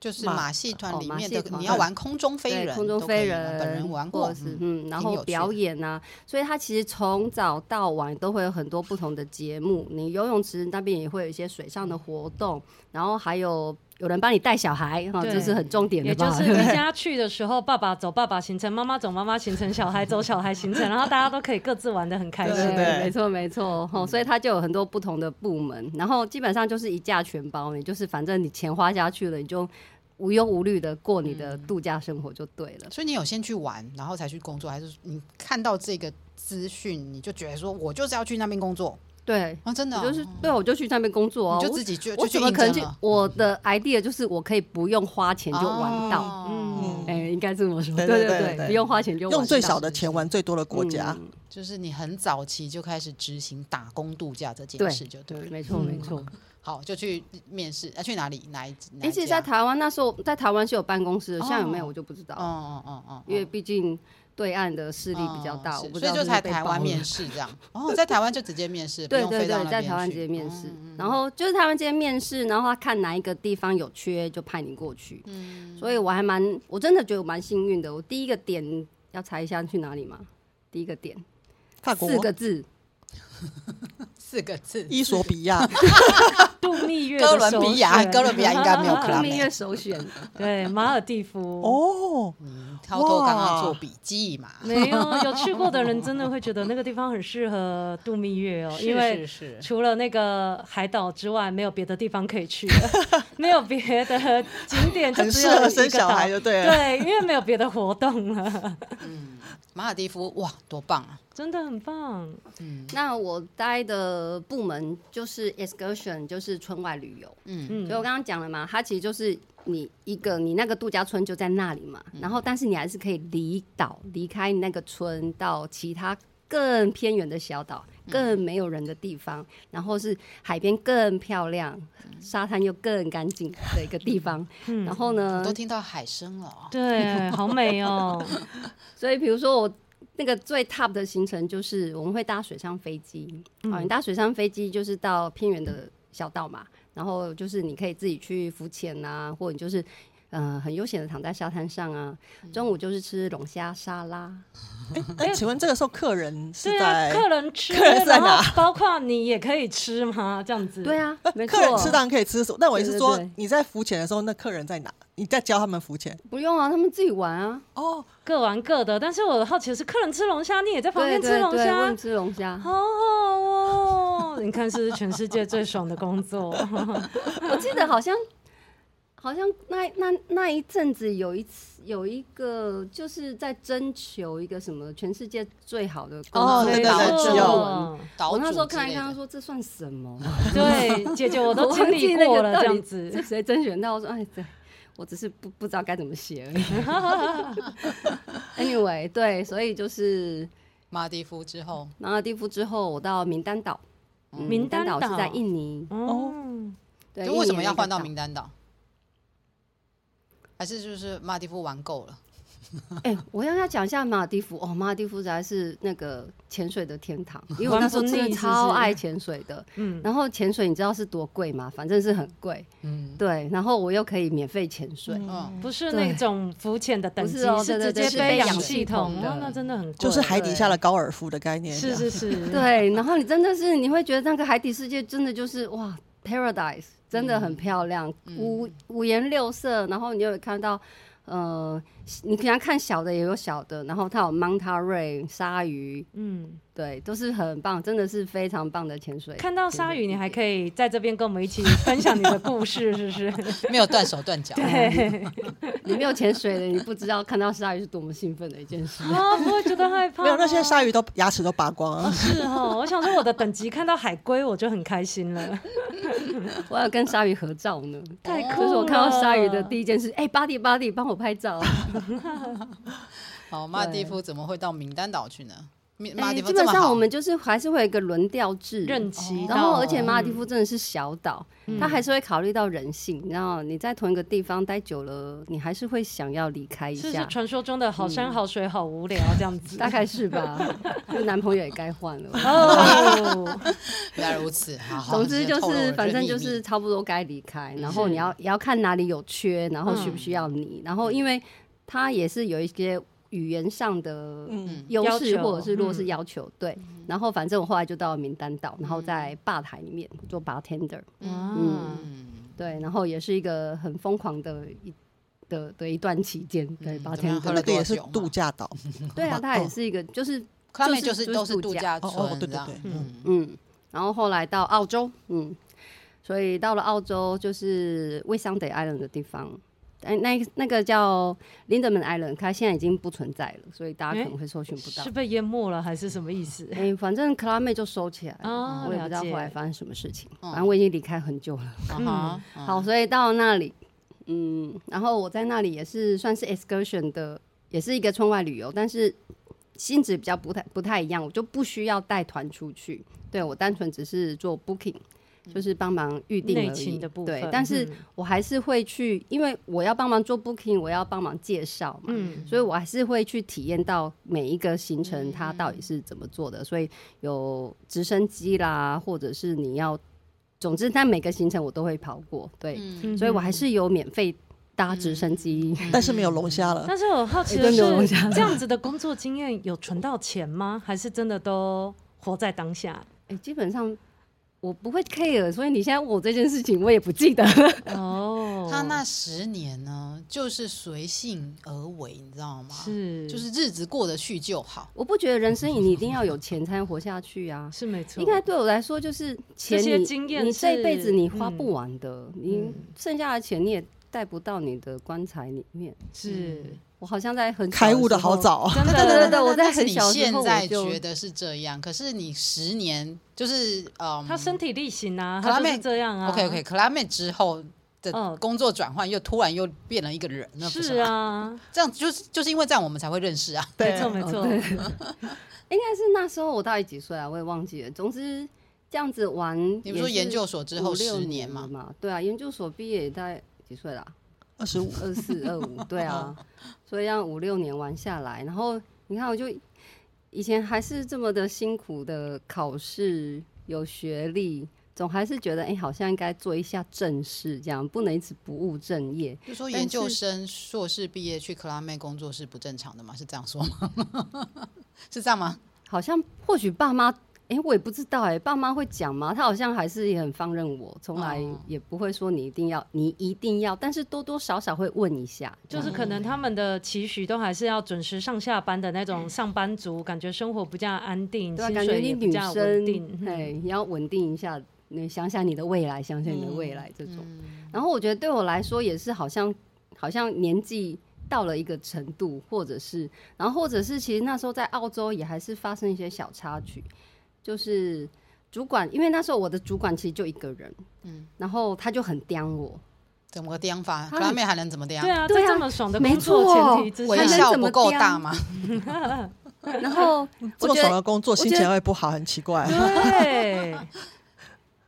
[SPEAKER 1] 就是
[SPEAKER 3] 马
[SPEAKER 1] 马戏团
[SPEAKER 4] 哦
[SPEAKER 1] 里
[SPEAKER 4] 马
[SPEAKER 1] 面
[SPEAKER 4] 戏
[SPEAKER 1] 的，
[SPEAKER 4] 团
[SPEAKER 1] 你要玩空中飞
[SPEAKER 4] 对
[SPEAKER 1] 人，
[SPEAKER 4] 空中
[SPEAKER 1] 都可
[SPEAKER 4] 飞
[SPEAKER 1] 以嘛
[SPEAKER 4] 人，
[SPEAKER 1] 本人玩
[SPEAKER 4] 或
[SPEAKER 1] 过
[SPEAKER 4] 者，是
[SPEAKER 1] 嗯
[SPEAKER 4] 嗯，然
[SPEAKER 1] 挺有
[SPEAKER 4] 后
[SPEAKER 1] 趣
[SPEAKER 4] 表
[SPEAKER 1] 的
[SPEAKER 4] 演啊，所以它其实从早到晚都会有很多不同的节目。你游泳池那边也会有一些水上的活动，然后还有有人帮你带小孩哈，这
[SPEAKER 2] 对
[SPEAKER 4] 是很重点的
[SPEAKER 2] 也就
[SPEAKER 4] 吧？
[SPEAKER 2] 是一家去的时候，爸爸走爸爸行程，妈妈走妈妈行程，小孩走小孩行程，然后大家都可以各自玩的很开
[SPEAKER 3] 对
[SPEAKER 2] 心。
[SPEAKER 3] 对
[SPEAKER 4] 没错没错，
[SPEAKER 2] 嗯
[SPEAKER 4] 吼，所以它就有很多不同的部门，然后基本上就是一价全包，你就是反正你钱花下去了，你就无忧无虑的过你
[SPEAKER 2] 嗯
[SPEAKER 4] 的度假生活就对了。
[SPEAKER 1] 所以你有先去玩，然后才去工作，还是你看到这个资讯，你就觉得说我就是要去那边工作
[SPEAKER 4] 对，
[SPEAKER 1] 啊？真的哦、
[SPEAKER 4] 我就是对，我就去那边工作啊，
[SPEAKER 1] 你就
[SPEAKER 4] 我
[SPEAKER 1] 自己就
[SPEAKER 4] 我
[SPEAKER 1] 就去
[SPEAKER 4] 怎么
[SPEAKER 1] 应
[SPEAKER 4] 可能
[SPEAKER 1] 征啊
[SPEAKER 4] 去
[SPEAKER 1] 了？，
[SPEAKER 4] 我的 idea 就是我可以不用花钱就玩到，
[SPEAKER 1] 哦
[SPEAKER 2] 嗯
[SPEAKER 4] 哎、应该这么说。
[SPEAKER 3] 对对
[SPEAKER 4] 对
[SPEAKER 3] 对对
[SPEAKER 4] 不用花钱就玩到
[SPEAKER 3] 用最少的钱玩最多的国家，
[SPEAKER 4] 嗯
[SPEAKER 1] 就是你很早期就开始执行打工度假这件
[SPEAKER 4] 对
[SPEAKER 1] 事，就对嗯了。
[SPEAKER 4] 没错没错。
[SPEAKER 1] 好，就去面试，啊，去哪里？哪一？哪
[SPEAKER 4] 哎、
[SPEAKER 1] 一
[SPEAKER 4] 其实，
[SPEAKER 1] 家
[SPEAKER 4] 在台湾那时候，在台湾是有办公室的，现在有没有
[SPEAKER 1] 哦
[SPEAKER 4] 我就不知道，
[SPEAKER 1] 哦哦哦哦，
[SPEAKER 4] 因为毕竟对岸的势力比较大，
[SPEAKER 1] 哦
[SPEAKER 4] 我
[SPEAKER 1] 是
[SPEAKER 4] 不知
[SPEAKER 1] 所以
[SPEAKER 4] 道
[SPEAKER 1] 就是
[SPEAKER 4] 不
[SPEAKER 1] 在
[SPEAKER 4] 是被
[SPEAKER 1] 台
[SPEAKER 4] 包
[SPEAKER 1] 湾
[SPEAKER 4] 了
[SPEAKER 1] 面 试这样。哦，在台湾就直接面试，不
[SPEAKER 4] 对
[SPEAKER 1] 用
[SPEAKER 4] 对
[SPEAKER 1] 飞到
[SPEAKER 4] 对，
[SPEAKER 1] 那
[SPEAKER 4] 在
[SPEAKER 1] 边
[SPEAKER 4] 台湾直
[SPEAKER 1] 去
[SPEAKER 4] 接面试，
[SPEAKER 1] 嗯嗯
[SPEAKER 4] 然后就是台湾直接面试，然后他看哪一个地方有缺就派你过去。嗯，所以我还蛮，我真的觉得我蛮幸运的。我第一个点要猜一下去哪里吗？第一个点
[SPEAKER 3] 法国
[SPEAKER 4] 四个字，
[SPEAKER 1] 四个字，
[SPEAKER 3] 伊索比 亚，
[SPEAKER 2] 度蜜月的
[SPEAKER 1] 哥伦比亚，
[SPEAKER 2] 首选
[SPEAKER 1] 哥伦比亚应该没有克拉
[SPEAKER 4] 后面
[SPEAKER 1] 美
[SPEAKER 4] 一。个首选。
[SPEAKER 2] 对马尔蒂夫
[SPEAKER 3] 哦，
[SPEAKER 1] 嗯偷偷刚刚做
[SPEAKER 3] 哇
[SPEAKER 1] 笔记嘛，
[SPEAKER 2] 没有有去过的人真的会觉得那个地方很适合度蜜月哦，因为
[SPEAKER 1] 是是是
[SPEAKER 2] 除了那个海岛之外，没有别的地方可以 去了，没有别的景点，就
[SPEAKER 3] 很
[SPEAKER 2] 只
[SPEAKER 3] 适
[SPEAKER 2] 有
[SPEAKER 3] 合
[SPEAKER 2] 一
[SPEAKER 3] 生
[SPEAKER 2] 个
[SPEAKER 3] 小孩
[SPEAKER 2] 岛
[SPEAKER 3] 就对了。
[SPEAKER 2] 对，因为没有别的活动 了，
[SPEAKER 1] 马尔蒂夫，哇，多棒啊！嗯
[SPEAKER 2] 真的很棒。
[SPEAKER 4] 那我待的部门就是 excursion，就是村外旅游。
[SPEAKER 1] 嗯，
[SPEAKER 2] 嗯
[SPEAKER 4] 所以我刚刚讲了嘛，它其实就是你一个你那个度假村就在那里嘛，然后但是你还是可以离岛离开那个村到其他更偏远的小岛。更没有人的地方，然后是海边更漂亮，沙滩又更干净的一个地方。
[SPEAKER 2] 嗯
[SPEAKER 4] 然后
[SPEAKER 1] 我
[SPEAKER 4] 呢
[SPEAKER 1] 都，听到海声了哦。
[SPEAKER 2] 对，好美哦！
[SPEAKER 4] 所以比如说我那个最 top 的行程就是我们会搭水上飞机，
[SPEAKER 2] 嗯
[SPEAKER 4] 哦，你搭水上飞机就是到偏远的小岛嘛，然后就是你可以自己去浮潜啊，或者你就是。呃，很悠闲的躺在沙滩上啊，
[SPEAKER 2] 嗯
[SPEAKER 4] 中午就是吃龙虾沙拉，
[SPEAKER 3] 哎、请问这个时候客人 是
[SPEAKER 2] 对啊，
[SPEAKER 3] 在、
[SPEAKER 2] 客人吃，
[SPEAKER 3] 客人是在
[SPEAKER 2] 然后
[SPEAKER 3] 哪
[SPEAKER 2] 包括你也可以吃吗？这样子，
[SPEAKER 4] 对啊， 没错
[SPEAKER 3] 客，人吃当然可以吃素，但我意思
[SPEAKER 4] 对对
[SPEAKER 3] 说
[SPEAKER 4] 对
[SPEAKER 3] 你在浮潜的时候，那客人在哪？你在教他们浮潜
[SPEAKER 4] 不用啊，他们自己玩啊，
[SPEAKER 3] 哦，
[SPEAKER 2] 各玩各的。但是我的好奇的是，客人吃龙虾，你也在旁边
[SPEAKER 4] 对
[SPEAKER 2] 吃
[SPEAKER 4] 对
[SPEAKER 2] 龙
[SPEAKER 4] 对，我
[SPEAKER 2] 虾
[SPEAKER 4] 们，吃龙虾，
[SPEAKER 2] 好好哦！你看，是不是全世界最爽的工作？
[SPEAKER 4] 我记得好像好像那那那一阵子有一次有一个就是在征求一个什么全世界最好的公
[SPEAKER 1] 哦
[SPEAKER 4] 司
[SPEAKER 1] 对对
[SPEAKER 4] 导
[SPEAKER 1] 对
[SPEAKER 4] 游
[SPEAKER 1] 只有
[SPEAKER 4] 我
[SPEAKER 1] 岛
[SPEAKER 4] 那时候
[SPEAKER 1] 主之
[SPEAKER 4] 看一
[SPEAKER 1] 类
[SPEAKER 4] 看，他
[SPEAKER 1] 的
[SPEAKER 4] 说这算什么？
[SPEAKER 2] 对，姐姐我都经
[SPEAKER 4] 忘记
[SPEAKER 2] 历
[SPEAKER 4] 那
[SPEAKER 2] 过
[SPEAKER 4] 个
[SPEAKER 2] 了，
[SPEAKER 4] 到
[SPEAKER 2] 这
[SPEAKER 4] 底
[SPEAKER 2] 样
[SPEAKER 4] 是
[SPEAKER 2] 子。
[SPEAKER 4] 谁甄选到？我说哎，对。我只是不不知道该怎么写而已。anyway，对， 所以就是
[SPEAKER 1] 马蒂夫之后，
[SPEAKER 4] 马尔蒂夫之后，我到名丹岛，嗯
[SPEAKER 2] 名丹
[SPEAKER 4] 岛是在
[SPEAKER 2] 岛
[SPEAKER 4] 印尼。
[SPEAKER 2] 哦，
[SPEAKER 4] 对，
[SPEAKER 1] 就为
[SPEAKER 4] 印
[SPEAKER 1] 什
[SPEAKER 4] 尼
[SPEAKER 1] 么
[SPEAKER 4] 的
[SPEAKER 1] 要
[SPEAKER 4] 一个
[SPEAKER 1] 换到
[SPEAKER 4] 岛
[SPEAKER 1] 名单岛？还是就是马蒂夫玩够了？
[SPEAKER 4] 哎、我要要讲一下马尔蒂夫哦，马尔蒂夫才是那个潜水的天 堂，因为我那时候真的超爱潜水的。
[SPEAKER 2] 嗯，
[SPEAKER 4] 然后潜水你知道是多贵吗？反正是很贵，
[SPEAKER 1] 嗯
[SPEAKER 4] 对。然后我又可以免费潜水，
[SPEAKER 1] 嗯，
[SPEAKER 2] 不是
[SPEAKER 4] 对
[SPEAKER 2] 那种浮潜的等
[SPEAKER 4] 不
[SPEAKER 2] 级，
[SPEAKER 4] 是哦对
[SPEAKER 2] 直
[SPEAKER 4] 对对
[SPEAKER 2] 接
[SPEAKER 1] 是
[SPEAKER 2] 背
[SPEAKER 1] 背
[SPEAKER 2] 氧
[SPEAKER 1] 氧
[SPEAKER 2] 系
[SPEAKER 4] 系
[SPEAKER 2] 统
[SPEAKER 4] 统，的
[SPEAKER 2] 哦，那真的很贵，
[SPEAKER 3] 就是海底下的高尔夫的概念，
[SPEAKER 2] 是是是，
[SPEAKER 4] 对。然后你真的是你会觉得那个海底世界真的就是哇，paradise，真的很漂亮，
[SPEAKER 2] 嗯
[SPEAKER 4] 五五颜六色。然后你就会看到。呃，你平常看小的也有小的，然后它有 manta ray 鲨鱼，
[SPEAKER 2] 嗯，
[SPEAKER 4] 对，都是很棒，真的是非常棒的潜水。
[SPEAKER 2] 看到鲨鱼，你还
[SPEAKER 4] 可
[SPEAKER 2] 可
[SPEAKER 4] 以。
[SPEAKER 2] 以在这边跟我们一起分享你的故事，是不是？
[SPEAKER 1] 没有断手断脚，
[SPEAKER 2] 对，
[SPEAKER 4] 你没有潜水的，你不知道看到鲨鱼是多么兴奋的一 件事。
[SPEAKER 2] 啊，不会觉得害怕吗。
[SPEAKER 3] 没有那些鲨鱼都牙齿都拔光啊了。
[SPEAKER 2] 是哦，我想说我的等级看到海龟我就很开心了，
[SPEAKER 4] 我要跟鲨鱼合 照呢，
[SPEAKER 2] 太酷了。
[SPEAKER 4] 就是我看到鲨鱼的第一件事，哎、巴蒂巴蒂，帮我拍照。
[SPEAKER 1] 好，哦马蒂
[SPEAKER 4] 对
[SPEAKER 1] 夫怎么会到名单岛去呢？米 马
[SPEAKER 4] 哎
[SPEAKER 1] 蒂夫
[SPEAKER 4] 基
[SPEAKER 1] 这
[SPEAKER 4] 本
[SPEAKER 1] 么
[SPEAKER 4] 上
[SPEAKER 1] 好
[SPEAKER 4] 我，们就是还是会有一个轮调制，
[SPEAKER 2] 任期到
[SPEAKER 4] 然
[SPEAKER 2] 了，嗯
[SPEAKER 4] 后而且马尔蒂
[SPEAKER 1] 嗯
[SPEAKER 4] 夫真的是小岛，它还是会考虑到人性，你知道，你在同一个地方待久了，你还是会想要离开一
[SPEAKER 2] 是是
[SPEAKER 4] 下。嗯
[SPEAKER 2] 传说中的好山好水好无 聊这样子。
[SPEAKER 4] 大概是吧， 就男朋友也该换了。
[SPEAKER 2] 哦，
[SPEAKER 1] 原来如此。好好
[SPEAKER 4] 总之就
[SPEAKER 1] 透露了
[SPEAKER 4] 是，
[SPEAKER 1] 这
[SPEAKER 4] 反
[SPEAKER 1] 个
[SPEAKER 4] 正
[SPEAKER 1] 秘
[SPEAKER 4] 就
[SPEAKER 1] 密
[SPEAKER 4] 是差不多该离开，然后你要也要看哪里有缺，然后
[SPEAKER 1] 嗯
[SPEAKER 4] 需不需要你，然后因为它也是有一些语言上的
[SPEAKER 3] 嗯
[SPEAKER 4] 优势
[SPEAKER 2] 要求
[SPEAKER 4] 或者是弱势
[SPEAKER 2] 嗯
[SPEAKER 4] 要求，对。然后反正我后来就到名单岛，然后
[SPEAKER 1] 嗯
[SPEAKER 4] 在吧台里面做 bartender，
[SPEAKER 2] 嗯，
[SPEAKER 1] 嗯，
[SPEAKER 4] 对，然后也是一个很疯狂的一的的一段期间，对
[SPEAKER 1] 嗯怎么样
[SPEAKER 4] bartender，
[SPEAKER 1] 喝
[SPEAKER 3] 那
[SPEAKER 1] 了
[SPEAKER 3] 个
[SPEAKER 1] 多
[SPEAKER 3] 也是
[SPEAKER 1] 久嘛
[SPEAKER 3] 度假岛，
[SPEAKER 4] 对啊，它也
[SPEAKER 3] 哦
[SPEAKER 4] 是一个就是
[SPEAKER 1] 他们
[SPEAKER 4] 就
[SPEAKER 1] 就是是
[SPEAKER 4] 就是
[SPEAKER 1] 都是
[SPEAKER 4] 度
[SPEAKER 1] 度
[SPEAKER 4] 假
[SPEAKER 1] 假
[SPEAKER 3] 哦哦
[SPEAKER 1] 村
[SPEAKER 3] 对对
[SPEAKER 1] 这样，
[SPEAKER 3] 对
[SPEAKER 1] 嗯，
[SPEAKER 4] 嗯，然后后来到澳洲，嗯，所以到了澳洲就是卫桑德 Island 的地方，哎，那那个叫 Lindeman Island，它现在已经不存在了，所以大家可能会搜寻不到
[SPEAKER 2] 是。被淹没了还是什么意思？
[SPEAKER 4] 哎、反正克拉妹就收起来了，
[SPEAKER 2] 哦
[SPEAKER 4] 嗯我也不知道
[SPEAKER 2] 了解哦
[SPEAKER 4] 后来发生什么事情。
[SPEAKER 1] 嗯
[SPEAKER 4] 反正我已经离开很久了。
[SPEAKER 1] 啊
[SPEAKER 2] 嗯
[SPEAKER 1] 哈，
[SPEAKER 4] 嗯好，所以到那里，嗯，然后我在那里也是算是 excursion 的，也是一个村外旅游，但是性质比较不太不太一样，我就不需要带团出去，对我单纯只是做 booking，就是帮忙预定
[SPEAKER 2] 嗯内
[SPEAKER 4] 而已
[SPEAKER 2] 勤的部分，嗯
[SPEAKER 4] 对，但是我还是会去，因为我要帮忙做 booking，我要帮忙介绍嘛，
[SPEAKER 2] 嗯，
[SPEAKER 4] 所以我还是会去体验到每一个行程它到底是怎么做的，所以有直升机啦，或者是你要，总之，但每个行程我都会跑过，对，
[SPEAKER 2] 嗯
[SPEAKER 4] 所以我还。是有免费搭直升机。
[SPEAKER 3] 但是没有龙虾了。
[SPEAKER 2] 嗯但是我好奇的
[SPEAKER 4] 哎真
[SPEAKER 2] 是
[SPEAKER 4] 的我想，
[SPEAKER 2] 这样子的工作经验有存到钱吗？还是真的都活在当 下？
[SPEAKER 4] 哎、基本上我不会 care，所以你现在问我这件事情，我也不记得。
[SPEAKER 2] 哦，
[SPEAKER 1] 他那十年呢，就是随性而为，你知道吗？
[SPEAKER 2] 是
[SPEAKER 1] 就是日子过得去就好。
[SPEAKER 4] 我不觉得人生你一定要有钱才能活下去啊。
[SPEAKER 2] 是没错，
[SPEAKER 4] 应该对我来说，就是
[SPEAKER 2] 这
[SPEAKER 4] 钱
[SPEAKER 2] 些
[SPEAKER 4] 你
[SPEAKER 2] 经验
[SPEAKER 4] 你这
[SPEAKER 2] 是
[SPEAKER 4] 一辈子你花
[SPEAKER 2] 嗯
[SPEAKER 4] 不完的，你剩下的钱你也带不到你的棺材里面。
[SPEAKER 2] 是
[SPEAKER 4] 我好像在很小
[SPEAKER 3] 开悟的
[SPEAKER 4] 时候
[SPEAKER 3] 好，早，
[SPEAKER 2] 真
[SPEAKER 4] 嗯 对对对
[SPEAKER 2] 的。
[SPEAKER 4] 对，我在
[SPEAKER 1] 但是
[SPEAKER 4] 很
[SPEAKER 1] 你
[SPEAKER 4] 小的时
[SPEAKER 1] 现
[SPEAKER 4] 候
[SPEAKER 1] 在
[SPEAKER 4] 我就
[SPEAKER 1] 觉得是这样，可是你十年就是嗯，
[SPEAKER 2] 他身体力行啊，
[SPEAKER 1] 可
[SPEAKER 2] 他
[SPEAKER 1] 他
[SPEAKER 2] 就是
[SPEAKER 1] 妹
[SPEAKER 2] 这样啊。
[SPEAKER 1] OK OK，克拉妹之后的
[SPEAKER 2] 嗯
[SPEAKER 1] 工作转换又突然又变了一个人，那不
[SPEAKER 2] 是
[SPEAKER 1] 吗，
[SPEAKER 2] 啊，
[SPEAKER 1] 这样就是就是因为这样我们才会认识啊。
[SPEAKER 2] 没错没
[SPEAKER 3] 对，
[SPEAKER 4] 哦
[SPEAKER 2] 错，
[SPEAKER 4] 应该是那时候我到底几岁啊？我也忘记了。总之这样子玩，
[SPEAKER 1] 你们说研究所之后十
[SPEAKER 4] 年
[SPEAKER 1] 嘛，
[SPEAKER 4] 了嘛？对啊，研究所毕业也大概几岁啦？
[SPEAKER 3] 二十五，
[SPEAKER 4] 二四二五，对啊，所以让五六年玩下来，然后你看我就。以前还是这么的辛苦的考试，有学历，总还是觉得哎、诶好像应该做一下正事，这样不能一直不务正业。
[SPEAKER 1] 就说
[SPEAKER 4] 但
[SPEAKER 1] 研究
[SPEAKER 4] 是
[SPEAKER 1] 生、硕士毕业去克拉妹工作是不正常的吗？是这样说吗？ 是这样吗？
[SPEAKER 4] 好像或许爸妈，哎、我也不知道、诶哎，爸妈会讲吗？他好像还是也很放任我，从来
[SPEAKER 1] 哦
[SPEAKER 4] 也不会说你一定要，你一定要，但是多多少少会问一下，
[SPEAKER 2] 就是可
[SPEAKER 4] 哦
[SPEAKER 2] 能他们的期许都还是要准时上下班的那种上班族，感觉生活比较安定，
[SPEAKER 4] 嗯对啊，
[SPEAKER 2] 薪
[SPEAKER 4] 感觉
[SPEAKER 2] 水
[SPEAKER 4] 你
[SPEAKER 2] 也比
[SPEAKER 4] 女
[SPEAKER 2] 较稳定。
[SPEAKER 4] 生，
[SPEAKER 2] 嗯
[SPEAKER 4] 哎，你要稳定一下，你想想你的未来，想想你的未
[SPEAKER 3] 嗯
[SPEAKER 4] 来这种。
[SPEAKER 1] 嗯，
[SPEAKER 4] 然后我觉得对我来说也是好像好像年纪到了一个程度，或者是然后或者是其实那时候在澳洲也还是发生一些小插曲，就是主管，因为那时候我的主管其实就一个人，嗯，然后他就很刁 我，
[SPEAKER 1] 怎么个刁法？
[SPEAKER 4] 他
[SPEAKER 1] 克拉
[SPEAKER 4] 很
[SPEAKER 1] 妹还能怎么刁
[SPEAKER 2] 对？啊，
[SPEAKER 4] 对
[SPEAKER 2] 在
[SPEAKER 4] 啊
[SPEAKER 2] 这么爽的
[SPEAKER 4] 没
[SPEAKER 2] 工作
[SPEAKER 4] 错
[SPEAKER 2] 前提之
[SPEAKER 4] 我
[SPEAKER 1] 微
[SPEAKER 4] 还能
[SPEAKER 2] 下，
[SPEAKER 1] 笑
[SPEAKER 4] 怎
[SPEAKER 1] 不
[SPEAKER 4] 么
[SPEAKER 1] 够
[SPEAKER 4] 刁
[SPEAKER 1] 大 吗？
[SPEAKER 4] 然后
[SPEAKER 3] 这
[SPEAKER 4] 我
[SPEAKER 3] 么
[SPEAKER 4] 觉
[SPEAKER 3] 爽
[SPEAKER 4] 得
[SPEAKER 3] 的工作，
[SPEAKER 4] 我觉
[SPEAKER 3] 心
[SPEAKER 4] 得
[SPEAKER 3] 情会不好，很奇怪。
[SPEAKER 2] 对，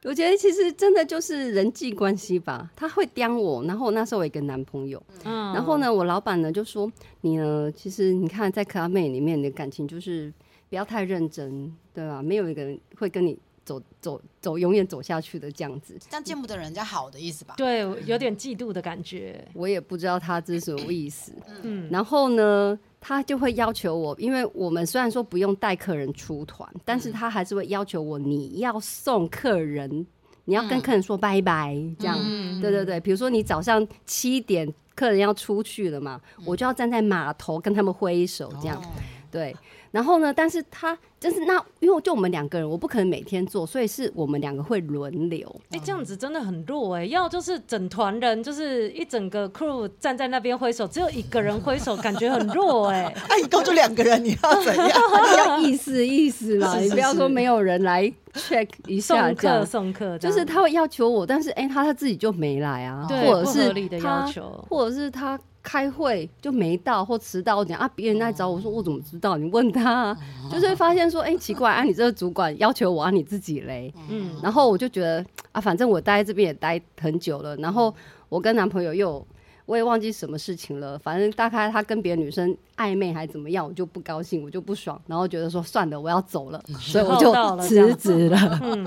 [SPEAKER 4] 我觉得其实真的就是人际关系吧，他会刁我，然后我那时候有一个男朋友。
[SPEAKER 2] 嗯，
[SPEAKER 4] 然后呢，我老板呢就说你呢，其实你看在克拉妹里面，你的感情就是不要太认真，对吧？没有一个人会跟你走走走，永远走下去的这样子。
[SPEAKER 1] 这样见不得人家好的意思吧？
[SPEAKER 2] 嗯对，有点嫉妒的感觉，
[SPEAKER 4] 我也不知道他这是什么意思。
[SPEAKER 2] 嗯，
[SPEAKER 4] 然后呢，他就会要求我，因为我们虽然说不用带客人出团，但是他还是会要求我，你要送客人，你要跟
[SPEAKER 1] 嗯
[SPEAKER 4] 客人说拜拜，这样。
[SPEAKER 1] 嗯
[SPEAKER 4] 对对对，比如说你早上七点客人要出去了嘛，我就要站在码头跟他们挥手这样。
[SPEAKER 1] 哦
[SPEAKER 4] 对，然后呢，但是他就是那，因为就我们两个人，我不可能每天做，所以是我们两个会轮流。
[SPEAKER 2] 哎、这样子真的很弱哎、要就是整团人，就是一整个 crew 站在那边挥手，只有一个人挥手，感觉很弱哎、
[SPEAKER 3] 哎，一共就两个人，你要怎样？
[SPEAKER 4] 要意思意思嘛，
[SPEAKER 2] 是
[SPEAKER 4] 你
[SPEAKER 2] 是
[SPEAKER 4] 不要
[SPEAKER 2] 是
[SPEAKER 4] 说没有人来 check 一下
[SPEAKER 2] 送
[SPEAKER 4] 这
[SPEAKER 2] 客
[SPEAKER 4] 样。
[SPEAKER 2] 送客这
[SPEAKER 4] 就
[SPEAKER 2] 样，
[SPEAKER 4] 是他会要求我，但是哎、他他自己就没来啊，
[SPEAKER 2] 对
[SPEAKER 4] 或者
[SPEAKER 2] 不
[SPEAKER 4] 是
[SPEAKER 2] 合理的
[SPEAKER 4] 他
[SPEAKER 2] 要求
[SPEAKER 4] 或者是他开会就没到或迟到点啊，别人来找我
[SPEAKER 2] 哦
[SPEAKER 4] 说我怎么知道？你问他、啊，就是会发现说，哎、奇怪啊，你这个主管要求我啊，你自己嘞，
[SPEAKER 2] 嗯，
[SPEAKER 4] 然后我就觉得啊，反正我待在这边也待很久了，然后我跟男朋友又我也忘记什么事情了，反正大概他跟别的女生暧昧还怎么样，我就不高兴，我就不爽，然后觉得说算了，我要走了，所以我就
[SPEAKER 2] 嗯到了这样
[SPEAKER 4] 辞职了，
[SPEAKER 2] 嗯，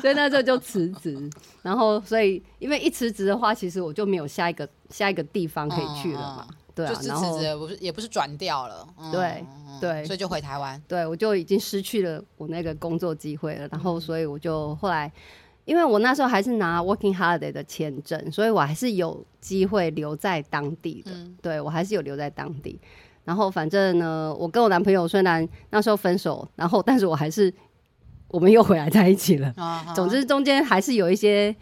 [SPEAKER 4] 所以那时候就辞职，然后所以因为一辞职的话，其实我就没有下一个下一个地方可以去了嘛，
[SPEAKER 2] 嗯
[SPEAKER 4] 对
[SPEAKER 1] 哦就
[SPEAKER 4] 啊，
[SPEAKER 1] 是
[SPEAKER 4] 然
[SPEAKER 1] 辞
[SPEAKER 4] 后
[SPEAKER 1] 职了，不是也不是转调了，嗯
[SPEAKER 4] 对
[SPEAKER 1] 嗯
[SPEAKER 4] 对
[SPEAKER 1] 所以就回台湾。
[SPEAKER 4] 对我就已经失去了我那个工作机会了，然
[SPEAKER 2] 嗯
[SPEAKER 4] 后所以我就后来，因为我那时候还是拿 working holiday 的签证，所以我还是有机会留在当地的，
[SPEAKER 1] 嗯
[SPEAKER 4] 对我还是有留在当地。然后反正呢，我跟我男朋友虽然那时候分手，然后但是我还是我们又回来在一起了。
[SPEAKER 1] 啊哈
[SPEAKER 4] 总之中间还是有一些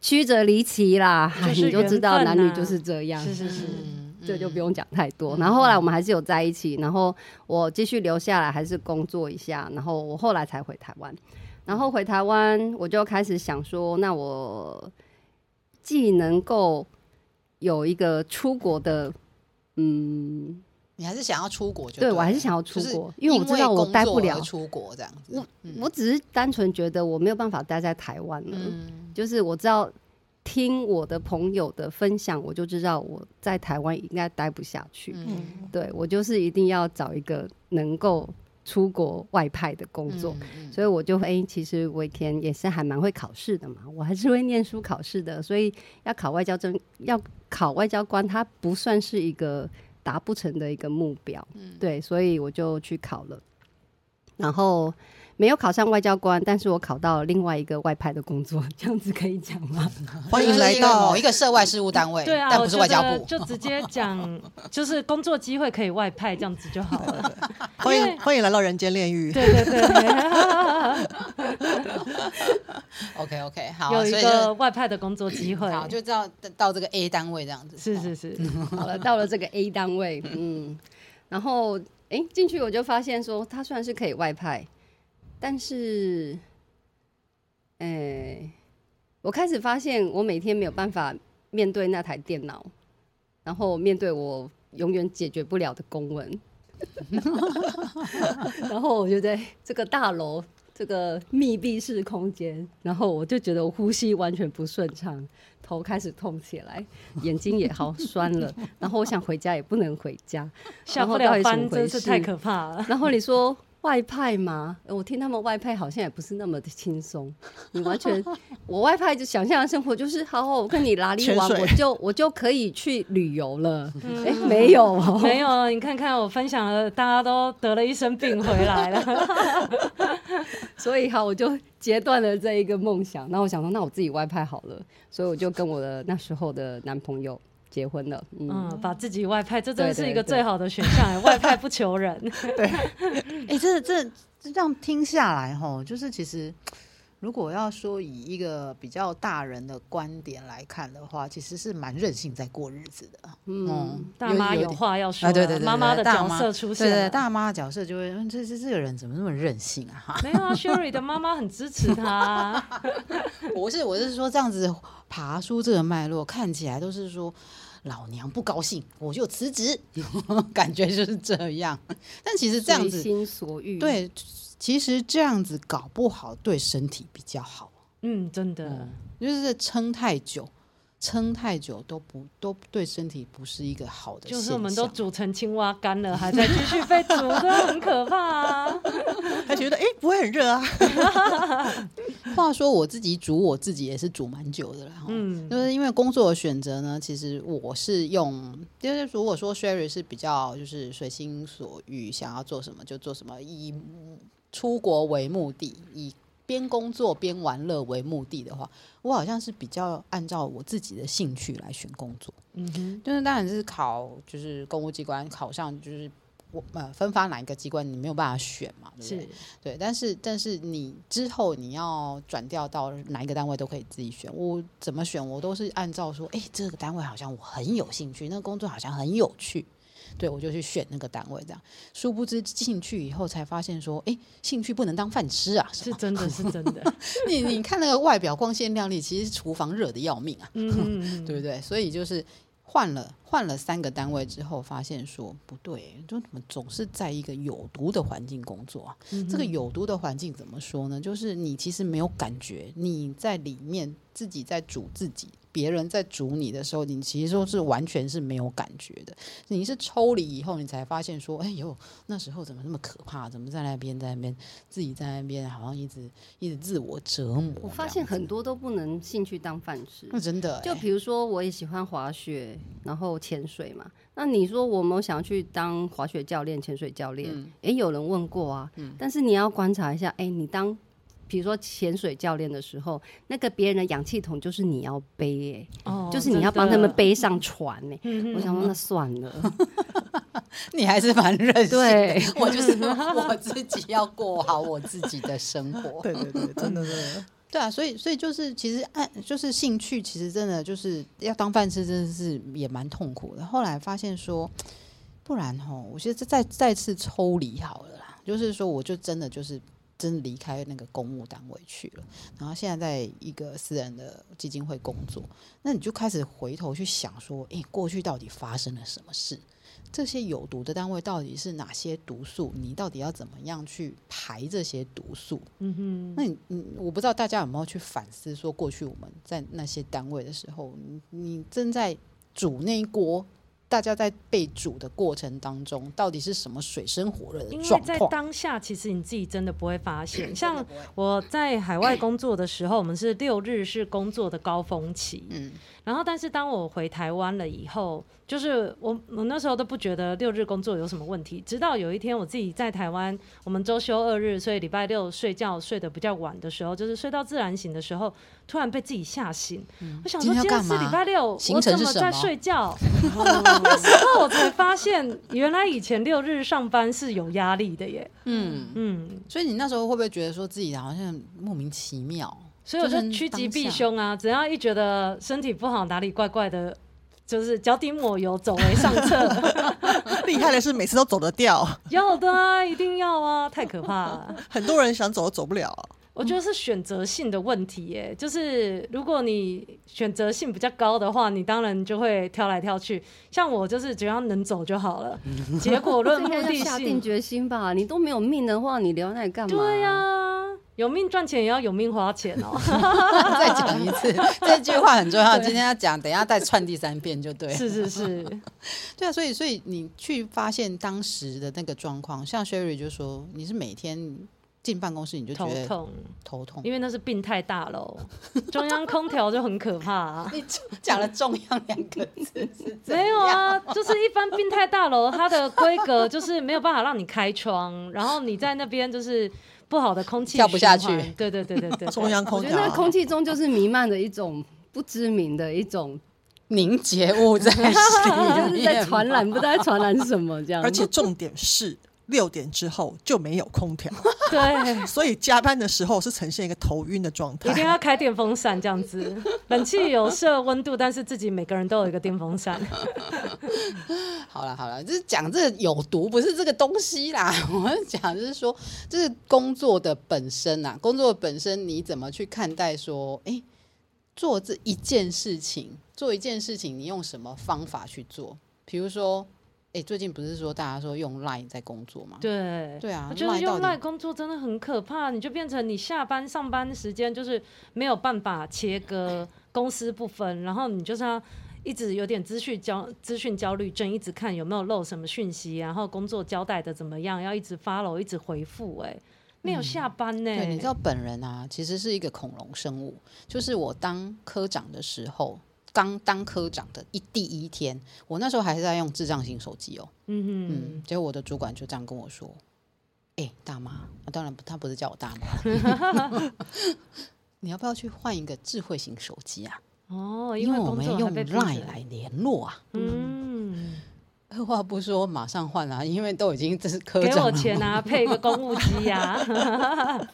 [SPEAKER 4] 曲折离奇啦，
[SPEAKER 2] 就
[SPEAKER 4] 哎
[SPEAKER 2] 是
[SPEAKER 4] 你就知道
[SPEAKER 2] 缘分啊
[SPEAKER 4] 男女就是这样，
[SPEAKER 2] 是是是，
[SPEAKER 1] 嗯
[SPEAKER 4] 这就
[SPEAKER 1] 嗯
[SPEAKER 4] 不用讲太多。
[SPEAKER 1] 嗯
[SPEAKER 4] 然后后来我们还是有在一起，然后我继续留下来，还是工作一下，然后我后来才回台湾。然后回台湾，我就开始想说，那我既能够有一个出国的，嗯，
[SPEAKER 1] 你还是想要出国就
[SPEAKER 4] 对
[SPEAKER 1] 了
[SPEAKER 4] 我还是想要出
[SPEAKER 1] 就是
[SPEAKER 4] 国因为我知道我
[SPEAKER 1] 工
[SPEAKER 4] 待
[SPEAKER 1] 作
[SPEAKER 4] 不
[SPEAKER 1] 而
[SPEAKER 4] 了
[SPEAKER 1] 出国这样子。
[SPEAKER 4] 我
[SPEAKER 1] 嗯
[SPEAKER 4] 我只是单纯觉得我没有办法待在台湾了，
[SPEAKER 1] 嗯
[SPEAKER 4] 就是我知道。听我的朋友的分享，我就知道我在台湾应该待不下去。
[SPEAKER 1] 嗯，
[SPEAKER 4] 对我就是一定要找一个能够出国外派的工作，
[SPEAKER 1] 嗯
[SPEAKER 4] 所以我就哎、其实我以前也是还蛮会考试的嘛，我还是会念书考试的，所以要考外交证，要考外交官，它不算是一个达不成的一个目标，
[SPEAKER 1] 嗯
[SPEAKER 4] 对，所以我就去考了，然后。没有考上外交官，但是我考到另外一个外派的工作， 这样子可以讲吗？
[SPEAKER 3] 嗯欢迎
[SPEAKER 1] 就是
[SPEAKER 3] 来
[SPEAKER 1] 一个
[SPEAKER 3] 到
[SPEAKER 1] 某一个涉外事务单位，
[SPEAKER 2] 对啊，
[SPEAKER 1] 但
[SPEAKER 2] 我
[SPEAKER 1] 不是
[SPEAKER 2] 觉
[SPEAKER 1] 外交
[SPEAKER 2] 得
[SPEAKER 1] 部。
[SPEAKER 2] 就直接 讲，就是工作机会可以外派这样子就好了。
[SPEAKER 3] 欢迎欢迎来到人间炼狱。
[SPEAKER 2] 对对对，
[SPEAKER 1] OK OK，好，
[SPEAKER 2] 有
[SPEAKER 1] 所
[SPEAKER 2] 一
[SPEAKER 1] 以
[SPEAKER 2] 个外派的工作机会
[SPEAKER 1] 就，好就知道到这个 A 单位这样子。
[SPEAKER 2] 是
[SPEAKER 1] 哦
[SPEAKER 2] 是是，
[SPEAKER 4] 好了，到了这个 A 单位，嗯，然后诶进去我就发现说，它虽然是可以外派，但是，诶，我开始发现我每天没有办法面对那台电脑，然后面对我永远解决不了的公文， 然后我就在这个大楼。这个密闭式空间，然后我就觉得我呼吸完全不顺畅，头开始痛起来，眼睛也好酸了，然后我想回家也不能回家，
[SPEAKER 2] 下不
[SPEAKER 4] 然后到
[SPEAKER 2] 了
[SPEAKER 4] 底怎么
[SPEAKER 2] 班
[SPEAKER 4] 回
[SPEAKER 2] 真是太
[SPEAKER 4] 事
[SPEAKER 2] 可怕了。
[SPEAKER 4] 然后你说外派吗？呃我听他们外派好像也不是那么的轻松。你完全，我外派就想象的生活就是，好好我跟你拉力
[SPEAKER 3] 潜
[SPEAKER 4] 完，
[SPEAKER 3] 水
[SPEAKER 4] 我就我就可以去旅游了。哎、没有
[SPEAKER 1] 嗯
[SPEAKER 4] 哦，
[SPEAKER 2] 没有啊，你看看我分享了，大家都得了一身病回来 了。
[SPEAKER 4] 所以哈，我就截断了这一个梦想。那我想说，那我自己外派好了，所以我就跟我的那时候的男朋友结婚了。嗯，
[SPEAKER 2] 嗯，把自己外派，这真的是一个
[SPEAKER 4] 对对对
[SPEAKER 2] 最好的选项欸，外派不求人。
[SPEAKER 1] 哎、这这这这样听下来吼，就是其实如果要说以一个比较大人的观点来看的话，其实是蛮任性在过日子的。嗯，
[SPEAKER 2] 大妈有
[SPEAKER 1] 点
[SPEAKER 2] 话要说
[SPEAKER 1] 啊，
[SPEAKER 2] 了，
[SPEAKER 1] 对对对对
[SPEAKER 2] 妈妈的
[SPEAKER 1] 大
[SPEAKER 2] 角
[SPEAKER 1] 妈
[SPEAKER 2] 色出
[SPEAKER 1] 对
[SPEAKER 2] 现
[SPEAKER 1] 对，
[SPEAKER 2] 了。
[SPEAKER 1] 大妈的角色就会，嗯，这这这个人怎么那么任性啊？哈，
[SPEAKER 2] 没有啊，Sherry 的妈妈很支持她啊。
[SPEAKER 1] 我是我是说这样子爬出这个脉络，看起来都是说老娘不高兴，我就辞职， 感觉就是这样。但其实这样
[SPEAKER 4] 随
[SPEAKER 1] 子，
[SPEAKER 4] 心所欲。，
[SPEAKER 1] 对，其实这样子搞不好对身体比较好，
[SPEAKER 2] 嗯，真的，
[SPEAKER 1] 就是撑太久。撑太久都不都对身体不是一个好的现
[SPEAKER 2] 就
[SPEAKER 1] 象，
[SPEAKER 2] 是我们都煮成青蛙干了，还在继续被煮，真的很可怕啊。
[SPEAKER 3] 还觉得哎、诶不会很热啊，
[SPEAKER 1] 话说我自己煮我自己也是煮蛮久的啦，嗯，
[SPEAKER 2] 嗯
[SPEAKER 1] 就是因为工作的选择呢，其实我是用，就是如果说 Sherry 是比较就是随心所欲，想要做什么就做什么，以出国为目的，以边工作边玩乐为目的的话，我好像是比较按照我自己的兴趣来选工作。
[SPEAKER 2] 嗯哼，
[SPEAKER 1] 就是当然是考就是公务机关考上就是我呃分发哪一个机关你没有办法选嘛，对不对
[SPEAKER 2] 是？
[SPEAKER 1] 对，但是但是你之后你要转调到哪一个单位都可以自己选，我怎么选我都是按照说，哎、这个单位好像我很有兴趣，那个工作好像很有趣，对我就去选那个单位这样。殊不知进去以后才发现说，哎、兴趣不能当饭吃啊！
[SPEAKER 2] 是真的，是真的。
[SPEAKER 1] 你你看那个外表光鲜亮丽，其实厨房热的要命啊，
[SPEAKER 2] 嗯嗯，嗯
[SPEAKER 1] 对不对？所以就是。换了换了三个单位之后，发现说不对，就怎么总是在一个有毒的环境工作啊？
[SPEAKER 2] 嗯
[SPEAKER 1] 这个
[SPEAKER 2] 哼
[SPEAKER 1] 有毒的环境怎么说呢？就是你其实没有感觉，你在里面自己在煮自己，别人在煮你的时候，你其实都是完全是没有感觉的。你是抽离以后，你才发现说，哎呦，那时候怎么那么可怕？怎么在那边在那边自己在那边好像一直一直自我折磨？
[SPEAKER 4] 我发现
[SPEAKER 1] 这样
[SPEAKER 4] 很
[SPEAKER 1] 子，
[SPEAKER 4] 多都不能兴趣当饭吃。
[SPEAKER 1] 那真的、
[SPEAKER 4] 就
[SPEAKER 1] 哎
[SPEAKER 4] 比如说，我也喜欢滑雪，然后潜水嘛。那你说我有没有想去当滑雪教练、潜水教练？
[SPEAKER 1] 嗯
[SPEAKER 4] 诶，有人问过啊。
[SPEAKER 2] 嗯
[SPEAKER 4] 但是你要观察一下，诶，你当比如说潜水教练的时候，那个别人的氧气筒就是你要背、诶，
[SPEAKER 2] 哦嗯
[SPEAKER 4] 就是你要帮他们。背上船、诶。
[SPEAKER 2] 真的
[SPEAKER 4] 我想说，那算了，
[SPEAKER 1] 你还是蛮任性的。
[SPEAKER 4] 对，
[SPEAKER 1] 我就是我自己要过好我自己的生活。
[SPEAKER 3] 对对对，真的真的，
[SPEAKER 1] 对啊，所以所以就是其实按就是兴趣，其实真的就是要当饭吃，真的是也蛮痛苦的。后来发现说，不然吼，我觉得再再次抽离好了啦，就是说我就真的就是。真的离开那个公务单位去了，然后现在在一个私人的基金会工作，那你就开始回头去想说，诶、过去到底发生了什么事？这些有毒的单位到底是哪些毒素？你到底要怎么样去排这些毒素？
[SPEAKER 2] 嗯哼，
[SPEAKER 1] 那你你我不知道大家有没有去反思，说过去我们在那些单位的时候，你你正在煮那一锅，大家在被煮的过程当中，到底是什么水深火热的
[SPEAKER 2] 因为
[SPEAKER 1] 状
[SPEAKER 2] 在
[SPEAKER 1] 况？
[SPEAKER 2] 当下，其实你自己真的不会发现。像我在海外工作的时候，我们是六日是工作的高峰期，
[SPEAKER 1] 嗯，
[SPEAKER 2] 然后，但是当我回台湾了以后，就是我我那时候都不觉得六日工作有什么问题，直到有一天我自己在台湾，我们周休二日，所以礼拜六睡觉睡得比较晚的时候，就是睡到自然醒的时候，突然被自己吓醒。我想
[SPEAKER 1] 今
[SPEAKER 2] 说
[SPEAKER 1] 天要
[SPEAKER 2] 今天是
[SPEAKER 1] 干嘛
[SPEAKER 2] 礼拜六，
[SPEAKER 1] 行
[SPEAKER 2] 我
[SPEAKER 1] 程
[SPEAKER 2] 怎
[SPEAKER 1] 是
[SPEAKER 2] 么
[SPEAKER 1] 什
[SPEAKER 2] 在
[SPEAKER 1] 么
[SPEAKER 2] 睡觉？那时候我才发现，原来以前六日上班是有压力的耶。嗯嗯，
[SPEAKER 1] 所以你那时候会不会觉得说自己好像莫名其妙？
[SPEAKER 2] 所以我
[SPEAKER 1] 就
[SPEAKER 2] 就是趋吉
[SPEAKER 1] 当
[SPEAKER 2] 避
[SPEAKER 1] 下
[SPEAKER 2] 凶啊，只要一觉得身体不好，哪里怪怪的，就是脚底抹油，走为上策。
[SPEAKER 3] 厉害的是每次都走得掉，
[SPEAKER 2] 要的啊，一定要啊，太可怕了。
[SPEAKER 3] 很多人想走都走不了，
[SPEAKER 2] 我觉得是选择性的问题耶、就是如果你选择性比较高的话，你当然就会挑来挑去。像我就是只要能走就好了，
[SPEAKER 1] 嗯
[SPEAKER 2] 结果论
[SPEAKER 4] 这应
[SPEAKER 2] 目
[SPEAKER 4] 该
[SPEAKER 2] 的
[SPEAKER 4] 要下定
[SPEAKER 2] 性，
[SPEAKER 4] 决心吧？你都没有命的话，你留在那里干嘛？
[SPEAKER 2] 对呀、有命赚钱也要有命花钱哦。
[SPEAKER 1] 再讲一次，这句话很重要。
[SPEAKER 2] 对
[SPEAKER 1] 今天要讲，等一下再串第三遍就 对了。
[SPEAKER 2] 是是 是，
[SPEAKER 1] 对啊，所以所以你去发现当时的那个状况，像 Sherry 就说，你是每天进办公室你就觉
[SPEAKER 2] 头
[SPEAKER 1] 得
[SPEAKER 2] 痛，
[SPEAKER 1] 头痛，
[SPEAKER 2] 因为那是病太大楼，中央空调就很可怕、啊。
[SPEAKER 1] 你讲了“重要”两个字是怎
[SPEAKER 2] 没有
[SPEAKER 1] 样，
[SPEAKER 2] 啊，就是一般病态大楼，它的规格就是没有办法让你开窗，然后你在那边就是不好的空气
[SPEAKER 1] 跳不下
[SPEAKER 2] 循环
[SPEAKER 1] 去
[SPEAKER 2] 对对对对对，
[SPEAKER 3] 中央
[SPEAKER 4] 我
[SPEAKER 3] 空
[SPEAKER 4] 觉
[SPEAKER 3] 调
[SPEAKER 4] 得那
[SPEAKER 3] 啊，
[SPEAKER 4] 空气中就是弥漫着一种不知名的一 种，
[SPEAKER 1] 凝结物 在心
[SPEAKER 4] 就是
[SPEAKER 1] 里
[SPEAKER 4] 在
[SPEAKER 1] 面
[SPEAKER 4] 传染，不知道在传染什么这样。
[SPEAKER 3] 而且重点是六点之后就没有空调，
[SPEAKER 2] 对，
[SPEAKER 3] 所以加班的时候是呈现一个头晕的状
[SPEAKER 2] 一定
[SPEAKER 3] 态。
[SPEAKER 2] 要开电风扇这样子，冷气有设温度，但是自己每个人都有一个电风扇。
[SPEAKER 1] 好了好了，就是讲这个有毒，不是这个东西啦。 我是讲就是说，就是工作的本身啊，工作的本身你怎么去看待说，哎、做这一件事情，做一件事情，你用什么方法去做？比如说，哎、最近不是说大家说用 Line 在工作吗？
[SPEAKER 2] 对。
[SPEAKER 1] 对啊
[SPEAKER 2] 我，觉得
[SPEAKER 1] Line 到
[SPEAKER 2] 用赖
[SPEAKER 1] 底
[SPEAKER 2] 工作真的很可怕，你就变成你下班上班时间就是没有办法切割公司不分，然后你就是要一直有点资讯焦资讯焦虑症，一直看有没有漏什么讯息，啊然后工作交代的怎么样，要一直 follow 一直回复，哎，没有下班呢、
[SPEAKER 1] 对，你知道本人啊，其实是一个恐龙生物。就是我当科长的时候，刚当科长的一第一天，我那时候还是在用智障型手机哦。
[SPEAKER 2] 嗯
[SPEAKER 1] 嗯，结果我的主管就这样跟我说：“哎、大妈，啊当然不他不是叫我大妈， 你要不要去换一个智慧型手机啊？
[SPEAKER 2] 哼，哦，
[SPEAKER 1] 因
[SPEAKER 2] 为
[SPEAKER 1] 为我
[SPEAKER 2] 工
[SPEAKER 1] 们
[SPEAKER 2] 作还
[SPEAKER 1] 用
[SPEAKER 2] 被逼着
[SPEAKER 1] Line，来联络啊。”
[SPEAKER 2] 嗯，
[SPEAKER 1] 二话不说，马上换了、因为都已经这是科
[SPEAKER 2] 给
[SPEAKER 1] 长
[SPEAKER 2] 我
[SPEAKER 1] 了
[SPEAKER 2] 钱啊，配一个公务机啊 呀、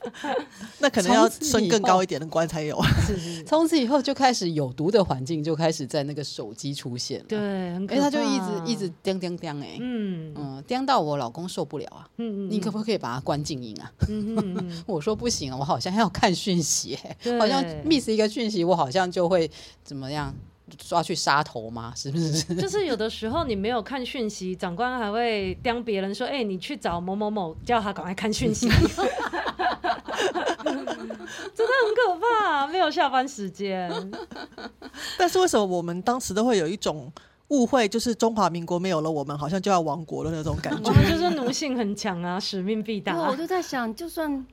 [SPEAKER 3] 那可能要
[SPEAKER 1] 从此
[SPEAKER 3] 升
[SPEAKER 1] 以
[SPEAKER 3] 更高
[SPEAKER 1] 后
[SPEAKER 3] 一点的官才有。
[SPEAKER 2] 是是，
[SPEAKER 1] 从此以后就开始有毒的环境就开始在那个手机出现了。
[SPEAKER 2] 对，很可
[SPEAKER 1] 哎、他
[SPEAKER 2] 怕，
[SPEAKER 1] 就一直一直，叮叮叮哎、
[SPEAKER 2] 嗯嗯
[SPEAKER 1] 嗯，叮到我老公受不了啊！
[SPEAKER 2] 嗯，
[SPEAKER 1] 你可不可以把它关静音啊？
[SPEAKER 2] 嗯嗯嗯。
[SPEAKER 1] 我说不行啊，我好像要看讯息、欸，
[SPEAKER 2] 对
[SPEAKER 1] 好像 miss 一个讯息，我好像就会怎么样抓去杀头吗？ 是不是？
[SPEAKER 2] 就是有的时候你没有看讯息，长官还会刁别人说：“哎、你去找某某某，叫他赶快看讯息。” 真的很可怕，没有下班时间。
[SPEAKER 3] 但是为什么我们当时都会有一种误会，就是中华民国没有了，我们好像就要亡国的那种感
[SPEAKER 2] 我
[SPEAKER 3] 觉？
[SPEAKER 2] 们就是奴性很强啊，使命必达
[SPEAKER 4] 对，。我就在想，就算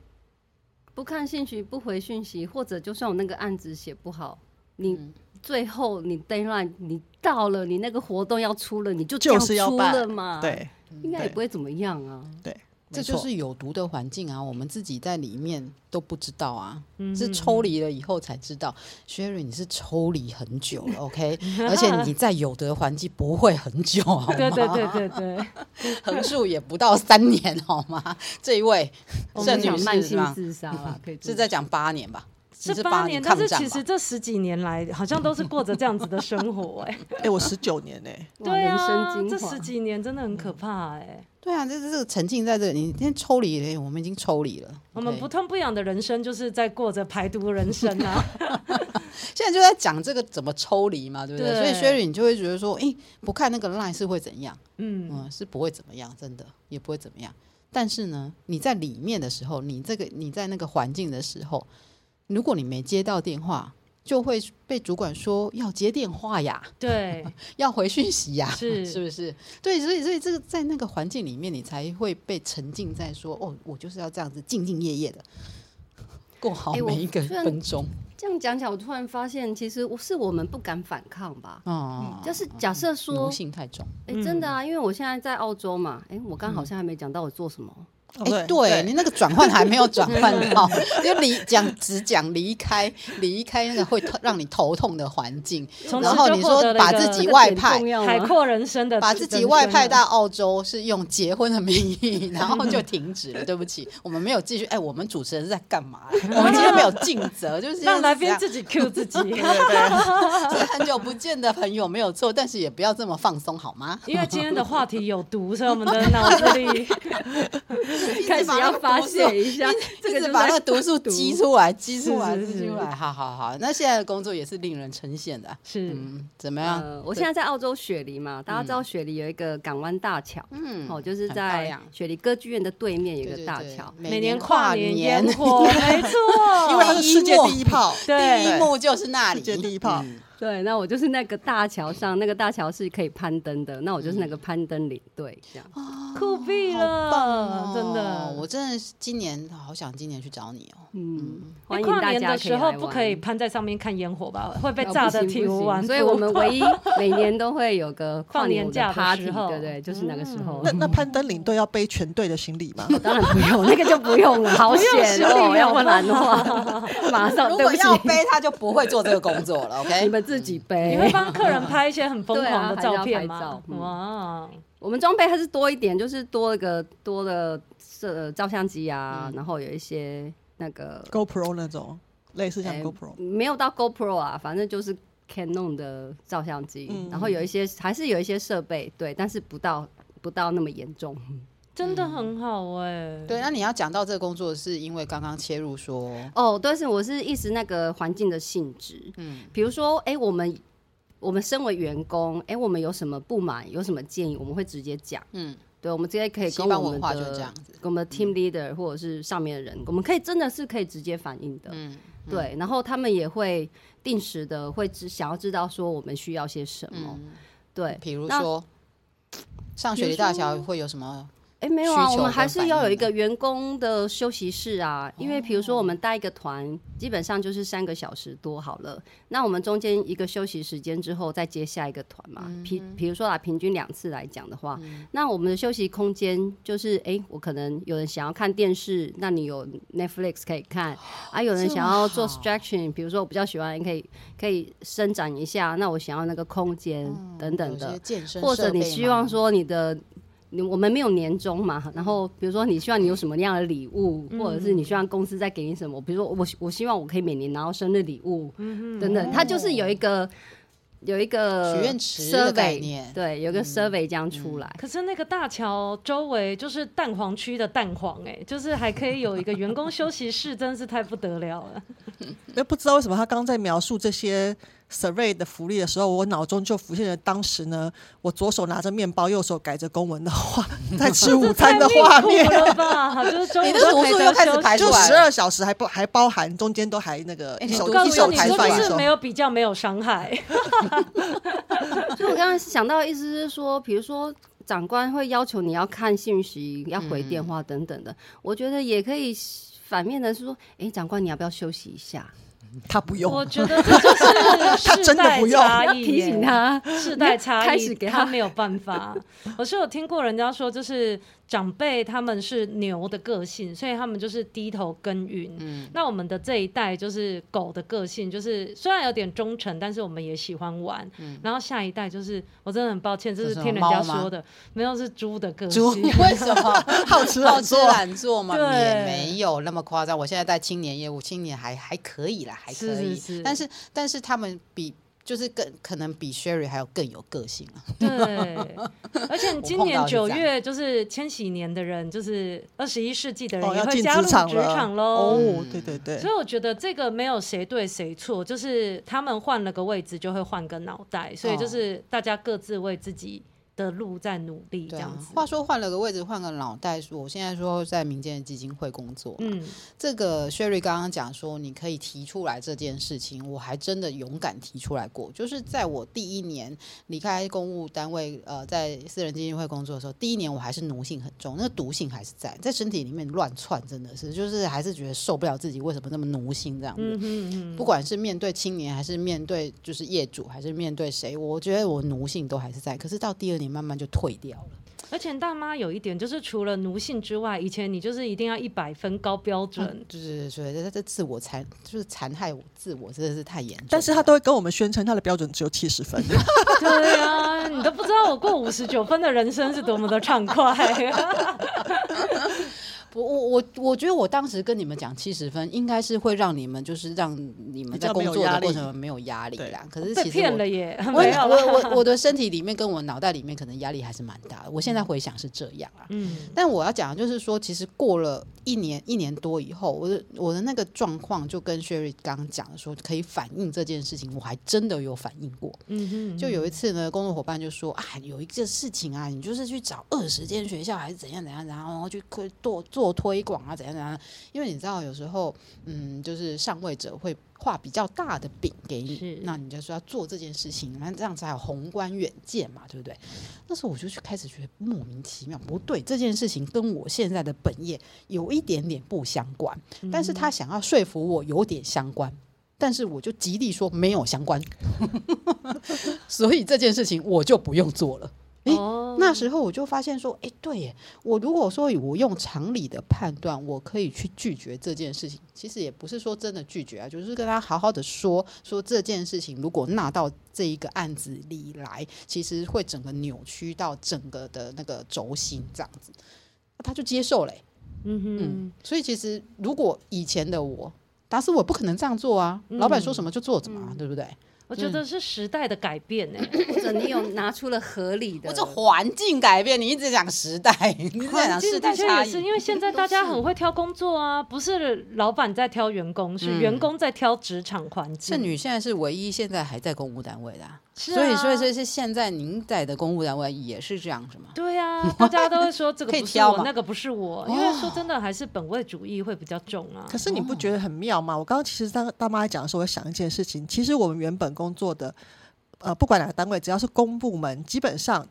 [SPEAKER 4] 不看信息、不回讯息，或者就算我那个案子写不好，你
[SPEAKER 1] 嗯
[SPEAKER 4] 最后你 deadline 你到了，你那个活动要出了，你就这
[SPEAKER 3] 就
[SPEAKER 4] 样
[SPEAKER 3] 是要
[SPEAKER 4] 出
[SPEAKER 3] 办
[SPEAKER 4] 了嘛，，
[SPEAKER 3] 对
[SPEAKER 4] 应该也
[SPEAKER 3] 对
[SPEAKER 4] 不会怎么样啊。
[SPEAKER 3] 对，
[SPEAKER 1] 这
[SPEAKER 3] 没
[SPEAKER 1] 就
[SPEAKER 3] 错
[SPEAKER 1] 是有毒的环境啊！我们自己在里面都不知道啊，
[SPEAKER 2] 嗯
[SPEAKER 1] 是抽离了以后才知道。Sherry，你是抽离很久了，OK？而 且你在有毒的环境不会很久，好吗？
[SPEAKER 2] 对对对对对，
[SPEAKER 1] 横竖也不到三年，好吗？ 这一位
[SPEAKER 4] 我
[SPEAKER 1] 盛
[SPEAKER 4] 们
[SPEAKER 1] 女
[SPEAKER 4] 想
[SPEAKER 1] 士
[SPEAKER 4] 慢
[SPEAKER 1] 是
[SPEAKER 4] 性
[SPEAKER 1] 吧？
[SPEAKER 4] 自杀啦，可以这
[SPEAKER 1] 是
[SPEAKER 4] 么
[SPEAKER 1] 在讲八年吧？你
[SPEAKER 2] 这
[SPEAKER 1] 八
[SPEAKER 2] 八年，
[SPEAKER 1] 抗
[SPEAKER 2] 但是
[SPEAKER 1] 战
[SPEAKER 2] 其
[SPEAKER 1] 吧
[SPEAKER 2] 实这十几年来，好像都是过着这样子的生活、哎，
[SPEAKER 3] 哎、我十九年呢、
[SPEAKER 4] 哇
[SPEAKER 2] 对啊，
[SPEAKER 4] 人生
[SPEAKER 2] 这
[SPEAKER 4] 精华
[SPEAKER 2] 十几年真的很可怕、哎。
[SPEAKER 1] 对啊，这这个沉浸在这里，你今天抽离了，我们已经抽离了。
[SPEAKER 2] 我们
[SPEAKER 1] OK
[SPEAKER 2] 不痛不痒的人生，就是在过着排毒人生啊！
[SPEAKER 1] 现在就在讲这个怎么抽离嘛，对不对？
[SPEAKER 2] 对
[SPEAKER 1] 所以 Sherry 你就会觉得说，诶，不看那个 line 是会怎样？
[SPEAKER 2] 嗯，
[SPEAKER 1] 嗯，是不会怎么样，真的也不会怎么样。但是呢，你在里面的时候，你这个你在那个环境的时候，如果你没接到电话，就会被主管说要接电话呀，
[SPEAKER 2] 对，
[SPEAKER 1] 要回讯息呀，
[SPEAKER 2] 是
[SPEAKER 1] 是不是？对，所以所以这个在那个环境里面，你才会被沉浸在说，哦，我就是要这样子兢兢业业的过好
[SPEAKER 4] 哎我
[SPEAKER 1] 每一个
[SPEAKER 4] 突然
[SPEAKER 1] 分钟。
[SPEAKER 4] 这样讲起来，我突然发现，其实我是我们不敢反抗吧。
[SPEAKER 1] 哦，
[SPEAKER 4] 嗯就是假设说
[SPEAKER 1] 奴，性太重。
[SPEAKER 4] 哎、真的啊，
[SPEAKER 1] 嗯
[SPEAKER 4] 因为我现在在澳洲嘛，哎、我刚好像还没讲到我做什么。
[SPEAKER 3] 哦
[SPEAKER 1] 哎、对你那个转换还没有转换 到， 就离讲只讲离开离开那个会头让你头痛的环境，
[SPEAKER 2] 从
[SPEAKER 1] 然
[SPEAKER 2] 此
[SPEAKER 1] 后
[SPEAKER 2] 就
[SPEAKER 1] 你
[SPEAKER 2] 获
[SPEAKER 1] 说
[SPEAKER 2] 得了
[SPEAKER 1] 把
[SPEAKER 2] 一个
[SPEAKER 1] 自
[SPEAKER 4] 这
[SPEAKER 1] 己
[SPEAKER 4] 个
[SPEAKER 1] 外
[SPEAKER 4] 点
[SPEAKER 1] 派
[SPEAKER 4] 重，要
[SPEAKER 2] 海
[SPEAKER 4] 吗
[SPEAKER 2] 阔人生的，啊
[SPEAKER 1] 把自己外派到。澳洲是用结婚的名义，然后就停止了。对不起，我们没有继续。哎、我们主持人是在干嘛？我们今天没有尽责，就是
[SPEAKER 4] 啊
[SPEAKER 2] 让来宾
[SPEAKER 1] 这
[SPEAKER 2] 自己 Q 自 己，
[SPEAKER 1] 样是 很久不见的朋友没有错，但是也不要这么放松好吗？
[SPEAKER 2] 因为今天的话题有毒，所以我们的脑子里
[SPEAKER 4] 开始要发泄一下，这
[SPEAKER 1] 就
[SPEAKER 4] 个
[SPEAKER 1] 是
[SPEAKER 4] 就
[SPEAKER 1] 把
[SPEAKER 4] 在
[SPEAKER 1] 那 个毒素
[SPEAKER 4] 毒
[SPEAKER 1] 激出来，激出来，
[SPEAKER 2] 是是
[SPEAKER 1] 激出来。好好好，那现在的工作也是令人称羡的啊。
[SPEAKER 2] 是
[SPEAKER 1] 嗯，怎么样？
[SPEAKER 4] 呃我现在在澳洲雪梨嘛，大家知道雪梨有一个港湾大桥，
[SPEAKER 1] 嗯
[SPEAKER 4] 哦，就是
[SPEAKER 1] 很漂
[SPEAKER 4] 在
[SPEAKER 1] 亮
[SPEAKER 4] 雪梨歌剧院的对面有一
[SPEAKER 1] 对
[SPEAKER 4] 个
[SPEAKER 1] 对
[SPEAKER 4] 大
[SPEAKER 1] 对
[SPEAKER 4] 桥。
[SPEAKER 1] 每
[SPEAKER 2] 每年
[SPEAKER 1] 跨
[SPEAKER 2] 跨年烟火，没错，
[SPEAKER 1] 因
[SPEAKER 3] 因为它是世界
[SPEAKER 1] 第一幕
[SPEAKER 3] 第一炮，
[SPEAKER 2] 对
[SPEAKER 1] 第一幕就是那里，
[SPEAKER 3] 世界第一炮
[SPEAKER 1] 嗯
[SPEAKER 4] 对，那我就是那个大桥上，那个大桥是可以攀登的，那我就是那
[SPEAKER 1] 嗯
[SPEAKER 4] 个攀登领队这
[SPEAKER 1] 哦
[SPEAKER 4] 样。
[SPEAKER 2] 酷毙
[SPEAKER 1] 好
[SPEAKER 2] 了，
[SPEAKER 1] 棒哦
[SPEAKER 2] 真的。
[SPEAKER 1] 我真的是今年好想今年去找你哦。
[SPEAKER 4] 嗯，欢
[SPEAKER 2] 哎
[SPEAKER 4] 迎
[SPEAKER 2] 跨
[SPEAKER 4] 大
[SPEAKER 2] 年
[SPEAKER 4] 家
[SPEAKER 2] 的
[SPEAKER 4] 可以
[SPEAKER 2] 时候
[SPEAKER 4] 来
[SPEAKER 2] 不
[SPEAKER 4] 玩
[SPEAKER 2] 可以攀在上面看烟火吧？会被
[SPEAKER 4] 哦
[SPEAKER 2] 炸
[SPEAKER 4] 不
[SPEAKER 2] 的
[SPEAKER 4] 行
[SPEAKER 2] 体
[SPEAKER 4] 不
[SPEAKER 2] 无
[SPEAKER 4] 行
[SPEAKER 2] 完肤。
[SPEAKER 4] 所以我们唯一每年都会有个跨
[SPEAKER 2] 放年
[SPEAKER 4] 的
[SPEAKER 2] 假的
[SPEAKER 4] party，
[SPEAKER 2] 时候嗯
[SPEAKER 4] 对对，就是那个时候。
[SPEAKER 3] 那那攀登领队要背全队的行李吗？
[SPEAKER 4] 当然不用，那个就不用 了，好险
[SPEAKER 2] 行
[SPEAKER 4] 哦！
[SPEAKER 2] 李
[SPEAKER 4] 要
[SPEAKER 2] 好
[SPEAKER 4] 不
[SPEAKER 2] 不
[SPEAKER 4] 然 的话， 马上
[SPEAKER 1] 如
[SPEAKER 4] 对
[SPEAKER 1] 果
[SPEAKER 4] 不
[SPEAKER 1] 要
[SPEAKER 4] 起，
[SPEAKER 1] 背，他就不会做这个工作了。
[SPEAKER 4] 哎嗯你
[SPEAKER 1] OK，
[SPEAKER 4] 们自己
[SPEAKER 2] 你会
[SPEAKER 4] 背。
[SPEAKER 2] 帮客人拍一些很疯
[SPEAKER 4] 对啊
[SPEAKER 2] 狂的
[SPEAKER 4] 还是要
[SPEAKER 2] 照片
[SPEAKER 4] 拍
[SPEAKER 2] 吗
[SPEAKER 4] 照？嗯
[SPEAKER 2] 哇，
[SPEAKER 4] 我们装备还是多一点，就是多一个多的摄呃照相机啊，然后有一些那个
[SPEAKER 3] GoPro 那种，类似像
[SPEAKER 4] 哎
[SPEAKER 3] GoPro，、
[SPEAKER 4] 没有到 GoPro 啊，反正就是 Canon 的照相机，
[SPEAKER 3] 嗯
[SPEAKER 4] 然后有一些还是有一些设备，对，但是不到不到那么严重。
[SPEAKER 2] 真的很好哎。
[SPEAKER 1] 对，那你要讲到这个工作，是因为刚刚切入说，
[SPEAKER 4] 哦，但是我是意思那个环境的性质，
[SPEAKER 1] 嗯，
[SPEAKER 4] 比如说，哎、我们我们身为员工，哎、我们有什么不满，有什么建议，我们会直接讲，
[SPEAKER 1] 嗯
[SPEAKER 4] 嗯，对，我们直接可以
[SPEAKER 1] 西
[SPEAKER 4] 跟
[SPEAKER 1] 方
[SPEAKER 4] 我
[SPEAKER 1] 文
[SPEAKER 4] 们
[SPEAKER 1] 化就是
[SPEAKER 4] 的
[SPEAKER 1] 这样子。嗯
[SPEAKER 4] 我们的 team leader 或者是上面的人，我们可以真的是可以直接反映的，
[SPEAKER 1] 嗯，
[SPEAKER 4] 对，然后他们也会定时的会知想要知道说我们需要些什么，
[SPEAKER 1] 嗯，
[SPEAKER 4] 对，
[SPEAKER 1] 比如
[SPEAKER 4] 那
[SPEAKER 1] 说上雪梨大桥会有什么？
[SPEAKER 4] 哎，没有
[SPEAKER 1] 需
[SPEAKER 4] 啊，
[SPEAKER 1] 求
[SPEAKER 4] 我们
[SPEAKER 1] 跟
[SPEAKER 4] 还是
[SPEAKER 1] 反
[SPEAKER 4] 要
[SPEAKER 1] 应
[SPEAKER 4] 有一
[SPEAKER 1] 呢
[SPEAKER 4] 个员工的休息室啊，因为比如说我们带一个团，基本上就是三个小时多好了。那我们中间一个休息时间之后再接下一个团
[SPEAKER 1] 嗯
[SPEAKER 4] 嘛，平、比如说啊，平均两次来讲的话，那我们的休息空间就是，哎，我可能有人想要看电视，那你有 Netflix 可以看啊，有人
[SPEAKER 1] 这么
[SPEAKER 4] 想要做
[SPEAKER 1] 好
[SPEAKER 4] stretching，比如说我比较喜欢可以可以伸展一下，那我想要那个空间、等
[SPEAKER 1] 嗯有
[SPEAKER 4] 等的
[SPEAKER 1] 些，健身
[SPEAKER 4] 或者
[SPEAKER 1] 设
[SPEAKER 4] 你
[SPEAKER 1] 备
[SPEAKER 4] 希
[SPEAKER 1] 吗
[SPEAKER 4] 望说你的，你我们没有年终嘛，然后比如说你希望你有什么样的礼物，或者是
[SPEAKER 1] 嗯
[SPEAKER 4] 你希望公司再给你什么，比如说我我希望我可以每年拿到生日礼物、
[SPEAKER 1] 嗯
[SPEAKER 4] 等等，它就是有一个有一个
[SPEAKER 1] 哦许愿池的概
[SPEAKER 4] survey，
[SPEAKER 1] 念嗯
[SPEAKER 4] 对，有一个 survey 这样出来。
[SPEAKER 2] 可是那个大桥周围就是蛋黄区的蛋黄，哎，就是还可以有一个员工休息室，真是太不得了了。
[SPEAKER 3] 那不知道为什么他刚在描述这些 survey 的福利的时候，我脑中就浮现了当时呢，我左手拿着面包，右手改着公文的画， 在吃午餐 的画面
[SPEAKER 2] 太。命苦了吧？就是中午
[SPEAKER 1] 你的
[SPEAKER 2] 都
[SPEAKER 1] 毒
[SPEAKER 2] 没
[SPEAKER 1] 素
[SPEAKER 2] 得
[SPEAKER 1] 又开始
[SPEAKER 2] 休息
[SPEAKER 1] 排出
[SPEAKER 3] 就
[SPEAKER 1] 来
[SPEAKER 3] 十二小时还不还包含中间都还那个
[SPEAKER 1] 哎
[SPEAKER 3] 一手
[SPEAKER 1] 你
[SPEAKER 2] 告
[SPEAKER 3] 一
[SPEAKER 2] 诉
[SPEAKER 3] 手
[SPEAKER 2] 你，
[SPEAKER 3] 摊
[SPEAKER 2] 这
[SPEAKER 3] 贩一
[SPEAKER 2] 就是
[SPEAKER 3] 手
[SPEAKER 2] 没有比较，没有伤害。
[SPEAKER 4] 所以我刚刚想到的意思是说，比如说长官会要求你要看信息、要回
[SPEAKER 1] 嗯
[SPEAKER 4] 电话等等的，我觉得也可以反面的是说，哎，长官你要不要休息一下？
[SPEAKER 3] 他不
[SPEAKER 2] 我
[SPEAKER 3] 用，
[SPEAKER 2] 觉得这就是
[SPEAKER 3] 他
[SPEAKER 2] 世
[SPEAKER 3] 真的
[SPEAKER 2] 代
[SPEAKER 3] 不用
[SPEAKER 2] 差异耶，
[SPEAKER 4] 提醒他，
[SPEAKER 2] 世代差异，
[SPEAKER 4] 开始给
[SPEAKER 2] 他
[SPEAKER 4] 他
[SPEAKER 2] 没有办法。我是有听过人家说，就是长辈他们是牛的个性，所以他们就是低头耕耘。
[SPEAKER 1] 嗯
[SPEAKER 2] 那我们的这一代就是狗的个性，就是虽然有点忠诚，但是我们也喜欢玩。然后下一代就是，我真的很抱歉，这
[SPEAKER 1] 是
[SPEAKER 2] 是
[SPEAKER 1] 什么
[SPEAKER 2] 听人家
[SPEAKER 1] 猫吗
[SPEAKER 2] 说的，没有是猪的个
[SPEAKER 1] 猪，
[SPEAKER 2] 性
[SPEAKER 1] 你。为什 么？
[SPEAKER 3] 好吃
[SPEAKER 1] 好
[SPEAKER 3] 懒
[SPEAKER 1] 吃
[SPEAKER 3] 做。
[SPEAKER 1] 懒做嘛，
[SPEAKER 2] 对
[SPEAKER 1] 也没有那么夸张。我现在在青年业务，青年还还可以啦，还可
[SPEAKER 2] 是是
[SPEAKER 1] 以。
[SPEAKER 2] 是
[SPEAKER 1] 但是但是他们比就是更可能比 Sherry 还有更有个性啊。
[SPEAKER 2] 对，而且你今
[SPEAKER 1] 我碰
[SPEAKER 2] 年
[SPEAKER 1] 到是这
[SPEAKER 2] 九
[SPEAKER 1] 样
[SPEAKER 2] 月就是千禧年的人，就是二十一世纪的人
[SPEAKER 3] 哦，
[SPEAKER 2] 也
[SPEAKER 3] 要
[SPEAKER 2] 会
[SPEAKER 3] 进
[SPEAKER 2] 加入
[SPEAKER 3] 职场了
[SPEAKER 2] 场喽。
[SPEAKER 3] 哦，对对对
[SPEAKER 2] 所，以我觉得这个没有谁对谁错，就是他们换了个位置就会换个脑袋，所以就是大家各自为自己的路在努力这
[SPEAKER 1] 哦对
[SPEAKER 2] 样
[SPEAKER 1] 啊
[SPEAKER 2] 子。，
[SPEAKER 1] 话说换了个位置，换个脑袋，我现在说在民间的基金会工作。
[SPEAKER 2] 嗯，
[SPEAKER 1] 这个 Sherry 刚刚讲说，你可以提出来这件事情，我还真的勇敢提出来过。就是在我第一年离开公务单位，呃，在私人基金会工作的时候，第一年我还是奴性很重，那个毒性还是在，在身体里面乱窜，真的是，就是还是觉得受不了自己为什么那么奴性这样子。
[SPEAKER 2] 嗯哼嗯
[SPEAKER 1] 不管是面对青年，还是面对就是业主，还是面对谁，我觉得我奴性都还是在。可是到第二年慢慢就退掉了。
[SPEAKER 2] 而且大妈有一点就是，除了奴性之外，以前你就是一定要一百分高标
[SPEAKER 3] 哦
[SPEAKER 2] 准，
[SPEAKER 1] 就是所以这这自我残就是残害我自我真的是太严重了。
[SPEAKER 3] 但是他都会跟我们宣称他的标准只有七十分，
[SPEAKER 2] 对啊，你都不知道 我过五十九分的人生是多么的畅快。
[SPEAKER 1] 我我我我我觉得我当时跟你们讲七十分，应该是会让你们就是让你们
[SPEAKER 3] 比
[SPEAKER 1] 在
[SPEAKER 3] 较
[SPEAKER 1] 工
[SPEAKER 3] 没有
[SPEAKER 1] 作
[SPEAKER 3] 压
[SPEAKER 1] 的
[SPEAKER 3] 力
[SPEAKER 1] 过程没有压力
[SPEAKER 3] 对
[SPEAKER 1] 啦。可是
[SPEAKER 2] 哦 被
[SPEAKER 1] 其实
[SPEAKER 2] 骗
[SPEAKER 1] 我
[SPEAKER 2] 了耶，
[SPEAKER 1] 我
[SPEAKER 2] 没有啦，
[SPEAKER 1] 我我我的身体里面跟我脑袋里面可能压力还是蛮大的。我
[SPEAKER 3] 嗯
[SPEAKER 1] 现在回想是这样啊，
[SPEAKER 2] 嗯，
[SPEAKER 1] 但我要讲的就是说，其实过了一年一年多以后，我的我的那个状况就跟 Sherry 刚刚讲的说，可以反映这件事情，我还真的有反映过。
[SPEAKER 2] 嗯哼，
[SPEAKER 1] 就有一次呢，工作伙伴就说啊，有一件事情啊，你就是去找二十间学校还是怎样怎样，然后然后去推做做推广啊，怎样怎样。因为你知道有时候，嗯，就是上位者会画比较大的饼给
[SPEAKER 2] 是
[SPEAKER 1] 你，那你就说要做这件事情，那这样才有宏观远见嘛，对不对？那时候我就去开始觉得莫名其妙，不对，这件事情跟我现在的本业有一点点不相关，但是他想要说服我有点相关。但是我就极力说没有相关， 所以这件事情我就不用做了。诶
[SPEAKER 2] 哦
[SPEAKER 1] 那时候我就发现说，哎、对耶，我如果说我用常理的判断，我可以去拒绝这件事情，其实也不是说真的拒绝啊，就是跟他好好的说，说这件事情如果纳到这一个案子里来，其实会整个扭曲到整个的那个轴心这样子，他就接受了耶、
[SPEAKER 2] 嗯哼
[SPEAKER 1] 嗯，所以其实如果以前的我，当时我不可能这样做啊，老板说什么就做什么、啊，对不对？
[SPEAKER 2] 我觉
[SPEAKER 1] 嗯
[SPEAKER 2] 得是时代的改变哎，
[SPEAKER 4] 或者你有拿出了合理的，
[SPEAKER 1] 我这环境改变，你一直讲时代，你一直在讲
[SPEAKER 2] 其
[SPEAKER 1] 时
[SPEAKER 2] 实
[SPEAKER 1] 代
[SPEAKER 2] 的确
[SPEAKER 1] 啊差
[SPEAKER 2] 也是，
[SPEAKER 1] 异。
[SPEAKER 2] 因为现在大家很会挑工作啊，不是老板在挑员工，是员工在挑职场环境。
[SPEAKER 3] 嗯
[SPEAKER 1] 剩女现在是唯一现在还在公务单位的、啊，
[SPEAKER 2] 是
[SPEAKER 1] 所以
[SPEAKER 2] 啊
[SPEAKER 1] 所以所以是现在您在的公务单位也是这样，是吗？
[SPEAKER 2] 对啊，大家都会说这个
[SPEAKER 1] 可以
[SPEAKER 2] 不是
[SPEAKER 1] 挑
[SPEAKER 2] 我，
[SPEAKER 1] 嘛
[SPEAKER 2] 那个不是我，因为说真的，还是本位主义会比较重啊
[SPEAKER 3] 可。是你不觉得很妙吗？我刚刚其实当大妈在讲的时候，我想一件事情，其实我们原本工作的，呃，不管哪个单位，只要是公部门，基本上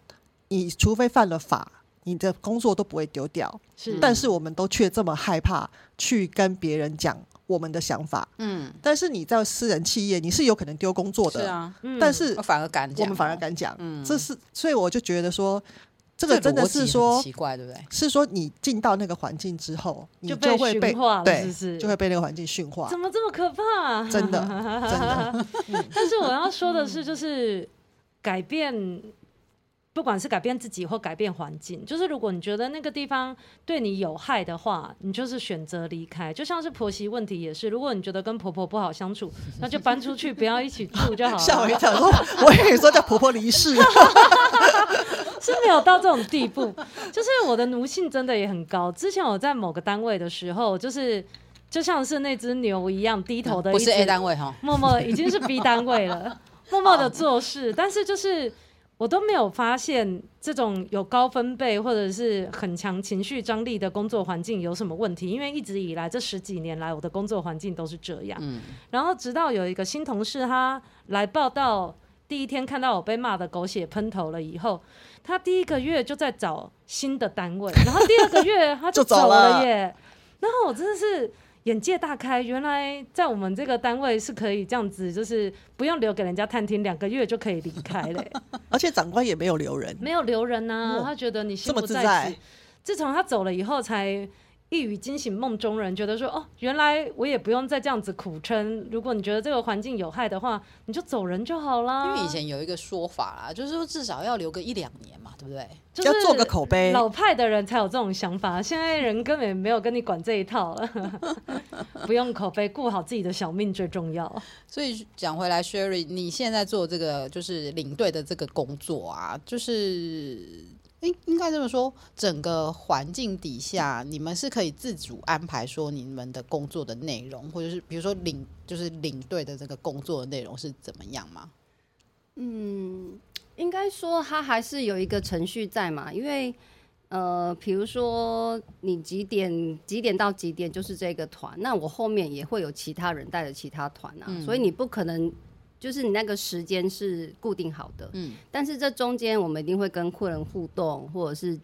[SPEAKER 3] 你除非犯了法，你的工作都不会丢掉。
[SPEAKER 2] 是，
[SPEAKER 3] 但是我们都却这么害怕去跟别人讲我们的想法。
[SPEAKER 1] 嗯，
[SPEAKER 3] 但是你在私人企业，你是有可能丢工作
[SPEAKER 1] 是
[SPEAKER 3] 的，
[SPEAKER 1] 啊，
[SPEAKER 2] 嗯
[SPEAKER 3] 但是
[SPEAKER 1] 我反而敢讲，
[SPEAKER 3] 我们反而敢讲，
[SPEAKER 1] 嗯
[SPEAKER 3] 这是所以我就觉得说，这
[SPEAKER 1] 这
[SPEAKER 3] 个真的
[SPEAKER 1] 逻辑
[SPEAKER 3] 是
[SPEAKER 1] 很
[SPEAKER 3] 说，
[SPEAKER 1] 奇怪，对不对？
[SPEAKER 3] 是说你进到那个环境之后，你
[SPEAKER 2] 就被
[SPEAKER 3] 就会被
[SPEAKER 2] 驯化了，
[SPEAKER 3] 对
[SPEAKER 2] 是不是？
[SPEAKER 3] 就会被那个环境驯化
[SPEAKER 2] 怎，么这么可怕、啊
[SPEAKER 3] 真的真
[SPEAKER 4] 啊
[SPEAKER 3] 的
[SPEAKER 2] 但是我要说的
[SPEAKER 1] 嗯
[SPEAKER 2] 是，就是改变，不管是改变自己或改变环境，就是如果你觉得那个地方对你有害的话，你就是选择离开。就像是婆媳问题也是，如果你觉得跟婆婆不好 相处，那就搬出去，不要一起住就好
[SPEAKER 3] 吓
[SPEAKER 1] 欸
[SPEAKER 3] 我一
[SPEAKER 2] 了。
[SPEAKER 3] 跳，说我以为你说叫婆婆离世，
[SPEAKER 2] 是没有到这种地步，就是我的奴性真的也很高。之前我在某个单位的时候，就是就像是那只牛一样，低头的
[SPEAKER 1] 嗯啊不
[SPEAKER 2] 一
[SPEAKER 1] 是
[SPEAKER 2] 直
[SPEAKER 1] A 单位哈，
[SPEAKER 2] 默默已经是 B 单位了，默默的做事，但是就是我都没有发现这种有高分贝或者是很强情绪张力的工作环境有什么问题，因为一直以来这十几年来我的工作环境都是这样，
[SPEAKER 1] 嗯
[SPEAKER 2] 然后直到有一个新同事他来报道。第一天看到我被骂的狗血喷头了以后，他第一个月就在找新的单位， 然后第二个月他
[SPEAKER 3] 就走
[SPEAKER 2] 走
[SPEAKER 3] 了
[SPEAKER 2] 耶。然后我真的是眼界大开，原来在我们这个单位是可以这样子，就是不用留给人家探听，两个月就可以离开嘞、
[SPEAKER 3] 而且长官也没有留人，
[SPEAKER 2] 没有留人呐、
[SPEAKER 3] 哇
[SPEAKER 2] 他觉得你心
[SPEAKER 3] 哦这
[SPEAKER 2] 不
[SPEAKER 3] 么自
[SPEAKER 2] 在
[SPEAKER 3] 在
[SPEAKER 2] 此。自从他走了以后，才一语惊醒梦中人，觉得说哦，原来我也不用再这样子苦撑。如果你觉得这个环境有害的话，你就走人就好
[SPEAKER 3] 嗯
[SPEAKER 2] 啦。
[SPEAKER 1] 因为以前有一个说法啦，就是说至少要留个一两年嘛，对不对？
[SPEAKER 2] 就是
[SPEAKER 3] 要做个口哎碑，
[SPEAKER 2] 老派的人才有这种想法，现在人根本没有跟你管这一套 了。不用口碑，顾好自己的小命最重要。
[SPEAKER 1] 所以讲回来，Sherry，你现在做这个就是领队的这个工作啊，就是应应该这么说，整个环境底下，你们是可以自主安排说你们的工作的内容，或者是比如说领就是领队的这个工作的内容是怎么样吗？
[SPEAKER 4] 嗯，应该说它还是有一个程序在嘛，因为呃，比如说你几点几点到几点就是这个团，那我后面也会有其他人带着其他团啊，所以你不可能就是你那个时间是固定好的，
[SPEAKER 1] 嗯，
[SPEAKER 4] 但是这中间我们一定会跟客人互动，或者是。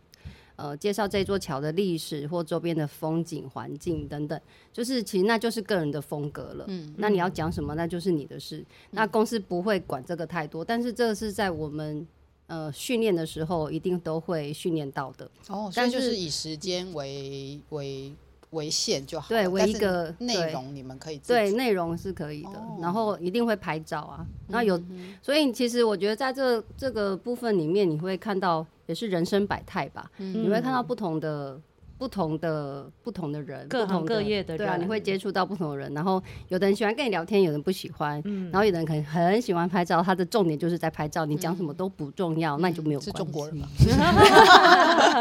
[SPEAKER 4] 呃，介绍这座桥的历史或周边的风景、环境等等，就是其实那就是个人的风格了。嗯，那你要讲什么，那就是你的事。那公司不会管这个太多，但是这个是在我们呃训练的时候一定都会训练到的。
[SPEAKER 1] 哦，所
[SPEAKER 4] 但
[SPEAKER 1] 以
[SPEAKER 4] 是
[SPEAKER 1] 就是以时间为为为限就好了，
[SPEAKER 4] 对为
[SPEAKER 1] 哦但
[SPEAKER 4] 一
[SPEAKER 1] 是
[SPEAKER 4] 个
[SPEAKER 1] 内
[SPEAKER 4] 对
[SPEAKER 1] 容，你们可以自
[SPEAKER 4] 对，
[SPEAKER 1] 主
[SPEAKER 4] 内容是可以的，
[SPEAKER 1] 哦
[SPEAKER 4] 然后一定会拍照啊。那有，所以其实我觉得在这
[SPEAKER 2] 嗯
[SPEAKER 4] 这嗯个部分里面，你会看到也是人生百态吧，你会看到不同的。不同的不同的人，
[SPEAKER 2] 嗯各
[SPEAKER 4] 不同
[SPEAKER 2] 行各业的
[SPEAKER 4] 对啊，
[SPEAKER 2] 人
[SPEAKER 4] 你会接触到不同的人，然后有的人喜欢跟你聊天，有人不喜欢，
[SPEAKER 2] 嗯
[SPEAKER 4] 然后有的人可能很喜欢拍照，他的重点就是在拍照，你讲什么都不重要，那你就没有
[SPEAKER 1] 嗯是
[SPEAKER 4] 关
[SPEAKER 1] 中
[SPEAKER 4] 系
[SPEAKER 1] 国人吗？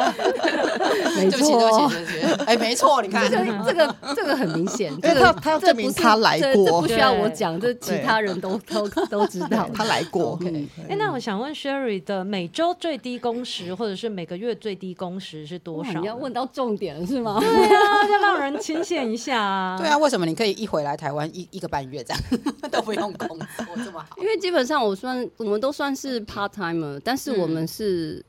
[SPEAKER 1] 对
[SPEAKER 4] 没
[SPEAKER 1] 不起，对
[SPEAKER 4] 错
[SPEAKER 1] 不。起，对不起，哎，没错，你看
[SPEAKER 4] 这，个这个这个很明显，这
[SPEAKER 3] 因为
[SPEAKER 4] 个
[SPEAKER 3] 哎他他要
[SPEAKER 4] 这
[SPEAKER 3] 证
[SPEAKER 4] 不
[SPEAKER 3] 明
[SPEAKER 4] 是
[SPEAKER 3] 他来
[SPEAKER 4] 这这
[SPEAKER 3] 过
[SPEAKER 4] 不，需要
[SPEAKER 2] 对
[SPEAKER 4] 我讲，这其
[SPEAKER 3] 对
[SPEAKER 4] 他人都都都知 道。
[SPEAKER 3] 他来过，嗯
[SPEAKER 4] 嗯
[SPEAKER 1] OK
[SPEAKER 2] 哎、那我想问 Sherry 的每周最低工时，或者是每个月最低工时是多
[SPEAKER 4] 哇
[SPEAKER 2] 少呢？
[SPEAKER 4] 你要问到重点了是 吗？
[SPEAKER 2] 对啊，要让人清闲一下啊。
[SPEAKER 1] 对啊，为什么你可以一回来台湾一一个半月这样都不用工作这么好？
[SPEAKER 4] 因为基本上我算我们都算是 part timer，但是我们是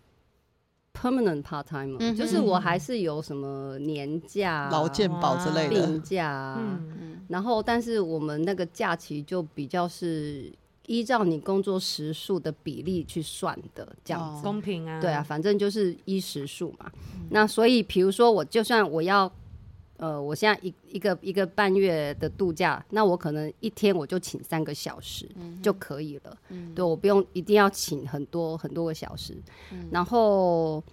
[SPEAKER 4] permanent part
[SPEAKER 1] 嗯
[SPEAKER 4] timer，、
[SPEAKER 1] 嗯哼
[SPEAKER 4] 就是我还是有什么年假啊、
[SPEAKER 3] 劳健保之类的
[SPEAKER 4] 病，假啊、
[SPEAKER 2] 嗯，
[SPEAKER 4] 然后但是我们那个假期就比较是依照你工作时数的比例去算的这样
[SPEAKER 1] 哦
[SPEAKER 4] 子。
[SPEAKER 2] 公平啊。
[SPEAKER 4] 对啊，，反正就是依时数嘛。那所以，比如说我就算我要，呃，我现在一一个一个半月的度假，那我可能一天我就请三个小时就可以了。对，我不用一定要请很多很多个小时。然后，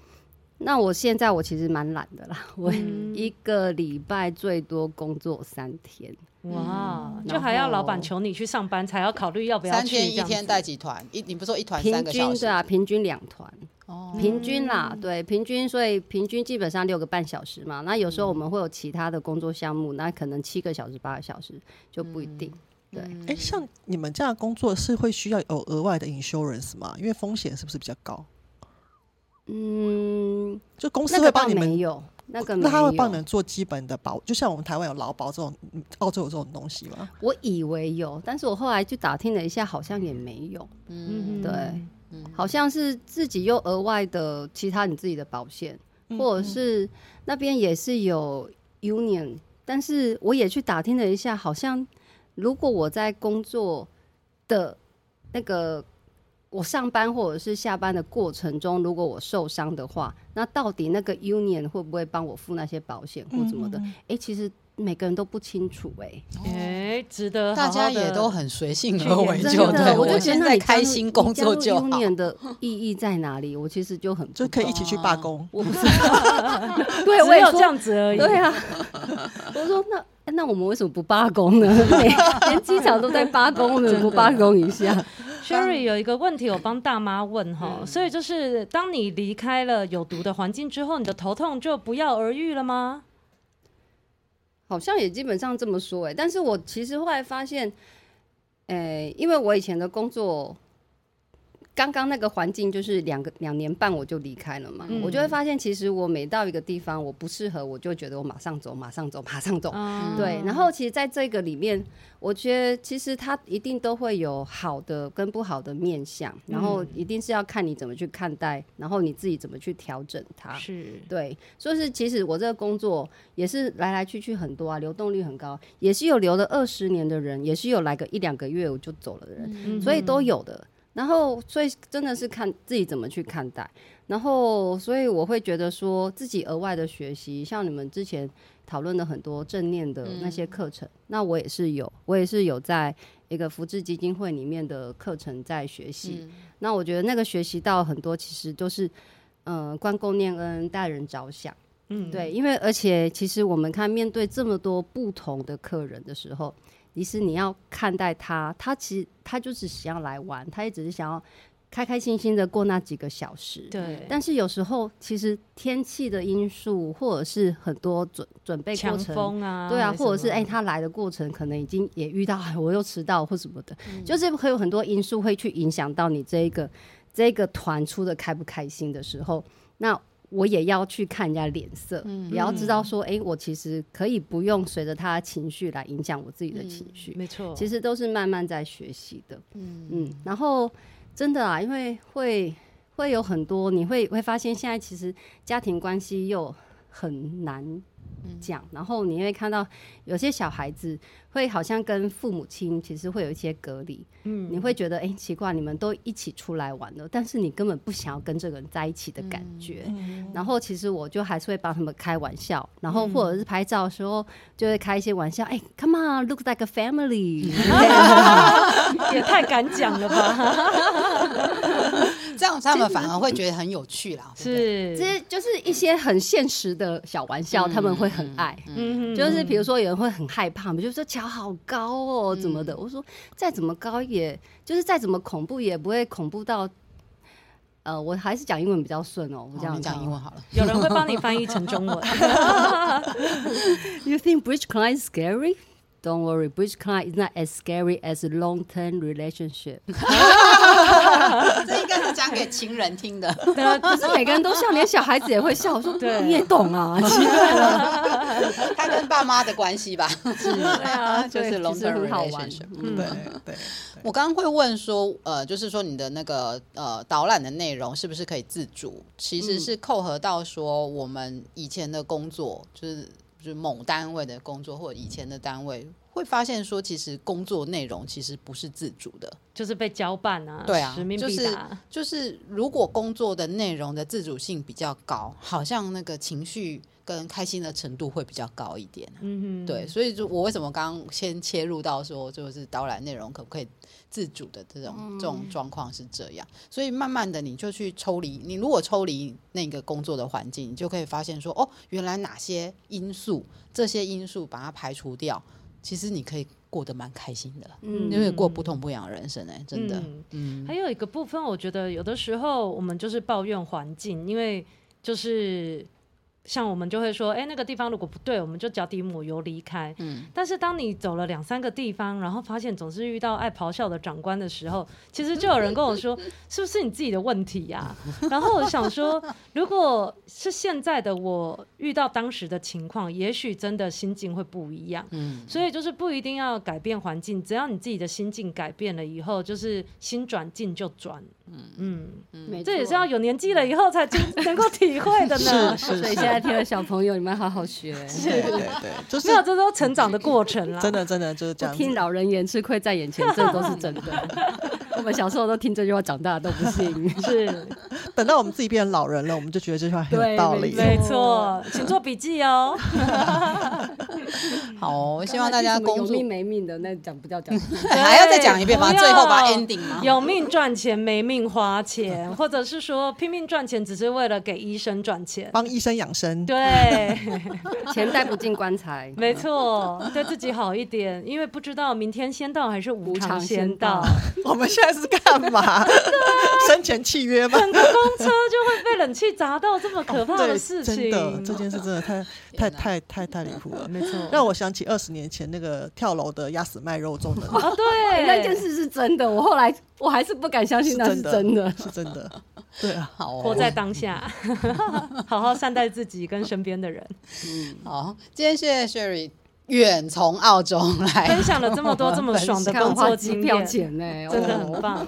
[SPEAKER 4] 那我现在我其实蛮懒的啦，我
[SPEAKER 2] 嗯
[SPEAKER 4] 一个礼拜最多工作三天。
[SPEAKER 2] 哇，
[SPEAKER 4] 嗯
[SPEAKER 2] 就还要
[SPEAKER 4] 然后
[SPEAKER 2] 老板求你去上班，才要考虑要不要
[SPEAKER 1] 三
[SPEAKER 2] 去
[SPEAKER 1] 天
[SPEAKER 2] 这
[SPEAKER 1] 一
[SPEAKER 2] 样
[SPEAKER 1] 天
[SPEAKER 2] 子。
[SPEAKER 1] 带几团？一你不说一团三
[SPEAKER 4] 平
[SPEAKER 1] 个
[SPEAKER 4] 均
[SPEAKER 1] 小时
[SPEAKER 4] 对？啊，平均两团，
[SPEAKER 1] 哦
[SPEAKER 4] 平均啦，对，平均，所以平均基本上六个半小时嘛。那有时候我们会有其他的工作项目，那可能七个小时、八个小时就不一定。
[SPEAKER 2] 嗯
[SPEAKER 4] 对，
[SPEAKER 1] 嗯
[SPEAKER 3] 哎，像你们这样的工作是会需要有额外的 insurance 吗？因为风险是不是比较高？
[SPEAKER 4] 嗯，
[SPEAKER 3] 就公司
[SPEAKER 4] 那
[SPEAKER 3] 会
[SPEAKER 4] 个倒
[SPEAKER 3] 帮你们哦
[SPEAKER 4] 没有，那个没
[SPEAKER 3] 那他会帮你
[SPEAKER 4] 有
[SPEAKER 3] 们。做基本的保，就像我们台湾有劳保这种，嗯澳洲有这种东西吗？
[SPEAKER 4] 我以为有，但是我后来去打听了一下，好像也没有，
[SPEAKER 2] 嗯，
[SPEAKER 4] 对好像是自己又额外的其他你自己的保险，
[SPEAKER 1] 嗯
[SPEAKER 4] 或者是那边也是有 union，但是我也去打听了一下，好像如果我在工作的那个我上班或者是下班的过程中，如果我受伤的话，那到底那个 union 会不会帮我付那些保险或怎么
[SPEAKER 1] 嗯
[SPEAKER 4] 的？哎、其实每个人都不清楚哎、
[SPEAKER 2] 哎，值
[SPEAKER 4] 嗯
[SPEAKER 2] 得好
[SPEAKER 1] 大
[SPEAKER 2] 好地。
[SPEAKER 1] 家也 都很随性而
[SPEAKER 2] 去
[SPEAKER 1] 为
[SPEAKER 2] 研
[SPEAKER 4] 真
[SPEAKER 1] 就
[SPEAKER 2] 究
[SPEAKER 1] 对，
[SPEAKER 4] 的，
[SPEAKER 1] 我
[SPEAKER 4] 就觉
[SPEAKER 1] 现
[SPEAKER 4] 得
[SPEAKER 1] 在
[SPEAKER 4] 那你加
[SPEAKER 1] 开
[SPEAKER 4] 入
[SPEAKER 1] 心工作就
[SPEAKER 4] 你加入
[SPEAKER 1] 好。
[SPEAKER 4] union 的意义在哪里？我其实就很不
[SPEAKER 3] 就可以一起去罢
[SPEAKER 1] 懂
[SPEAKER 3] 工。
[SPEAKER 4] 我不知道，对，我
[SPEAKER 2] 只
[SPEAKER 4] 也
[SPEAKER 2] 有
[SPEAKER 4] 说
[SPEAKER 2] 这，样子而已。
[SPEAKER 4] 对 啊，我说那那我们为什么不罢工呢？ 连连机场都在罢工，我们不罢工一下？
[SPEAKER 2] Sherry 有一个问题，我帮大妈问哈，
[SPEAKER 4] 嗯
[SPEAKER 2] 所以就是当你离开了有毒的环境之后，你的头痛就不药而愈了吗？
[SPEAKER 4] 好像也基本上这么说哎、但是我其实后来发现，哎、因为我以前的工作。刚刚那个环境就是两个两年半我就离开了嘛，
[SPEAKER 2] 嗯
[SPEAKER 4] 我就会发现，其实我每到一个地方我不适合，我就觉得我马上走，马上走，马上走，
[SPEAKER 2] 嗯，
[SPEAKER 4] 对，然后其实在这个里面，我觉得其实它一定都会有好的跟不好的面相，然
[SPEAKER 2] 嗯
[SPEAKER 4] 后一定是要看你怎么去看待，然后你自己怎么去调整它。
[SPEAKER 2] 是
[SPEAKER 4] 对，所以是其实我这个工作也是来来去去很多啊，流动率很高，也是有留了二十年的人，也是有来个一两个月我就走了的人。
[SPEAKER 2] 嗯
[SPEAKER 4] 所以都有的。然后，所以真的是看自己怎么去看待。然后，所以我会觉得说自己额外的学习，像你们之前讨论的很多正念的那
[SPEAKER 2] 嗯
[SPEAKER 4] 些课程，那我也是有，我也是有在一个福智基金会里面的课程在学习。
[SPEAKER 2] 嗯
[SPEAKER 4] 那我觉得那个学习到很多，其实都是嗯、呃关公念恩、待人着想。
[SPEAKER 2] 嗯
[SPEAKER 4] 对，因为而且其实我们看面对这么多不同的客人的时候，其实你要看待他，他其实他就只想要来玩，他也只是想要开开心心的过那几个小时。
[SPEAKER 2] 对，
[SPEAKER 4] 但是有时候其实天气的因素，或者是很多准准备过
[SPEAKER 2] 强
[SPEAKER 4] 程，
[SPEAKER 2] 风啊，
[SPEAKER 4] 对啊，
[SPEAKER 2] 还
[SPEAKER 4] 或者是
[SPEAKER 2] 什
[SPEAKER 4] 哎、
[SPEAKER 2] 么
[SPEAKER 4] 他来的过程可能已经也遇到， 哎我又迟到或什么的，
[SPEAKER 2] 嗯
[SPEAKER 4] 就是会有很多因素会去影响到你这一个这一个团出的开不开心的时候，那我也要去看人家脸色，
[SPEAKER 2] 嗯
[SPEAKER 4] 也要知道说，哎、我其实可以不用随着他的情绪来影响我自己的情绪，
[SPEAKER 2] 没错，
[SPEAKER 4] 其
[SPEAKER 2] 实
[SPEAKER 4] 实都是慢慢在学习的，嗯嗯，然后真的啊，因为会会有很多，你会会发现现在其实家庭关系又很难讲，然后你会看到有些小孩子会好像跟父母亲其实会有一些隔离，嗯， 你会觉得哎、诶奇怪，你们都一起出来玩了，但是你根本不想要跟这个人在一起的感觉，然后其实我就还是会帮他们开玩笑，然后
[SPEAKER 1] 嗯
[SPEAKER 4] 或者是拍照的时候就会开一些玩笑，哎、c o m e on，look like a family，
[SPEAKER 2] 也太敢讲了吧？
[SPEAKER 1] 这样他们反而会觉得很有趣啦。对不对，
[SPEAKER 2] 是，
[SPEAKER 4] 这就是一些很现实的小玩笑，他们会很爱。
[SPEAKER 2] 嗯
[SPEAKER 4] 就是比如说有人会很害怕嘛，就说桥好高哦，
[SPEAKER 1] 嗯
[SPEAKER 4] 怎么的？我说再怎么高也，就是再怎么恐怖也不会恐怖到，呃，我还是讲英文比较顺哦。我这
[SPEAKER 1] 好
[SPEAKER 4] 样
[SPEAKER 1] 你嗯讲英文。好 了。
[SPEAKER 2] 有人会帮你翻译成中文，
[SPEAKER 4] You think bridge climb is scary? Don't worry, bridge climb is not as scary as a long-term relationship.
[SPEAKER 1] 这应该是讲给情人听的。
[SPEAKER 2] 对啊，
[SPEAKER 4] 可是每个人都笑，连小孩子也会笑。我说
[SPEAKER 2] 对
[SPEAKER 4] 你也懂啊，其实
[SPEAKER 1] 他跟爸妈的关系吧，
[SPEAKER 2] 对啊，
[SPEAKER 1] 就
[SPEAKER 4] 对
[SPEAKER 1] 是
[SPEAKER 4] 其实
[SPEAKER 1] long-term
[SPEAKER 4] 很好玩
[SPEAKER 1] relationship。
[SPEAKER 4] 嗯
[SPEAKER 3] 对对，
[SPEAKER 1] 我刚刚会问说，呃，就是说你的那个呃导览的内容是不是可以自主？其实是扣合到说我们以前的工作，就是就是某单位的工作或者以前的单位，会发现说其实工作内容其实不是自主的。
[SPEAKER 2] 就是被交办啊，
[SPEAKER 1] 对啊
[SPEAKER 2] 使命必达，
[SPEAKER 1] 就是如果工作的内容的自主性比较高，好像那个情绪跟开心的程度会比较高一点。
[SPEAKER 2] 嗯哼，
[SPEAKER 1] 对，所以就我为什么刚刚先切入到说，就是导览内容可不可以自主的这种、这种状况是这样，所以慢慢的你就去抽离，你如果抽离那个工作的环境，你就可以发现说，哦，原来哪些因素，这些因素把它排除掉，其实你可以过得蛮开心的，
[SPEAKER 4] 嗯
[SPEAKER 1] 你可以过不痛不痒的人生哎、真的，
[SPEAKER 2] 嗯
[SPEAKER 1] 嗯，
[SPEAKER 2] 还有一个部分，我觉得有的时候我们就是抱怨环境，因为就是像我们就会说，哎、那个地方如果不对，我们就脚底抹油离开。
[SPEAKER 1] 嗯，
[SPEAKER 2] 但是当你走了两三个地方，然后发现总是遇到爱咆哮的长官的时候，其实就有人跟我说，是不是你自己的问题呀、 然后我想说，如果是现在的我遇到当时的情况，也许真的心境会不一样。
[SPEAKER 1] 嗯
[SPEAKER 2] 所以就是不一定要改变环境，只要你自己的心境改变了以后，就是心转境就转。嗯
[SPEAKER 4] 没
[SPEAKER 2] 嗯，这也是
[SPEAKER 4] 错
[SPEAKER 2] 要有年纪了以后才真能够体会的呢。
[SPEAKER 3] 是
[SPEAKER 4] 所
[SPEAKER 3] 是
[SPEAKER 4] 以现在听了小朋友，你们好好 学，
[SPEAKER 3] 对对对，就是
[SPEAKER 2] 没有，这都成长的过程啦。
[SPEAKER 3] 真，的真的就是这
[SPEAKER 4] 不
[SPEAKER 3] 样子
[SPEAKER 4] 听。老人言，吃亏在眼前，这都是真的。 我们小时候都听这句话，长大都不 信。
[SPEAKER 2] 是
[SPEAKER 3] 等到我们自己变成老人了，我们就觉得这句话很
[SPEAKER 4] 对
[SPEAKER 3] 有道
[SPEAKER 4] 没
[SPEAKER 3] 理。
[SPEAKER 2] 没错，请做笔记哦。
[SPEAKER 1] 好哦、希望大家工
[SPEAKER 4] 有
[SPEAKER 1] 作
[SPEAKER 4] 命没命的，那讲不叫讲。
[SPEAKER 1] 还要再讲一遍吗？
[SPEAKER 2] 不要
[SPEAKER 1] 最后把 ending 吗？
[SPEAKER 2] 有命赚钱，没命花钱，或者是说拼命赚钱，只是为了给医生赚 钱。
[SPEAKER 3] 帮医生养生，
[SPEAKER 2] 对，
[SPEAKER 4] 钱带不进棺材，
[SPEAKER 2] 没错，对自己好一点，因为不知道明天先到还是无
[SPEAKER 4] 无
[SPEAKER 2] 常
[SPEAKER 4] 常
[SPEAKER 2] 先
[SPEAKER 4] 先
[SPEAKER 2] 到
[SPEAKER 4] 到。
[SPEAKER 3] 我们现在是干嘛？生前契约吗？
[SPEAKER 2] 整个公车就会被冷气砸到，这么可
[SPEAKER 4] 哦
[SPEAKER 2] 怕
[SPEAKER 3] 对，
[SPEAKER 2] 的事情。
[SPEAKER 3] 真的这件事真的太太
[SPEAKER 1] 天哪
[SPEAKER 3] 太太太离谱了，
[SPEAKER 2] 没错。
[SPEAKER 3] 让我想起二十年前那个跳楼的压死卖肉粽的，
[SPEAKER 2] 哦，对，
[SPEAKER 4] 那件事是真的。我后来我还是不敢相信那是真的。
[SPEAKER 3] 是真的，对啊，
[SPEAKER 1] 好、哦，
[SPEAKER 2] 活在当下， 好好善待自己跟身边的人。
[SPEAKER 1] 好，今天谢谢 Sherry 远从澳洲来
[SPEAKER 4] 哎
[SPEAKER 2] 分享了这么多这 么爽的
[SPEAKER 4] 看我
[SPEAKER 2] 工
[SPEAKER 4] 花
[SPEAKER 2] 作
[SPEAKER 4] 机
[SPEAKER 2] 经
[SPEAKER 4] 票
[SPEAKER 2] 验，
[SPEAKER 4] 钱呢、
[SPEAKER 2] 真的
[SPEAKER 4] 哦
[SPEAKER 2] 很棒。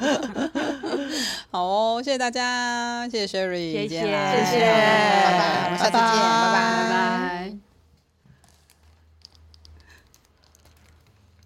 [SPEAKER 1] 好哦，谢谢大家，谢谢 Sherry，
[SPEAKER 2] 谢谢
[SPEAKER 1] 今天来
[SPEAKER 2] 谢谢
[SPEAKER 1] 拜拜，我们下次见，
[SPEAKER 3] 拜拜
[SPEAKER 1] 拜
[SPEAKER 4] 拜
[SPEAKER 1] 拜。
[SPEAKER 4] 拜。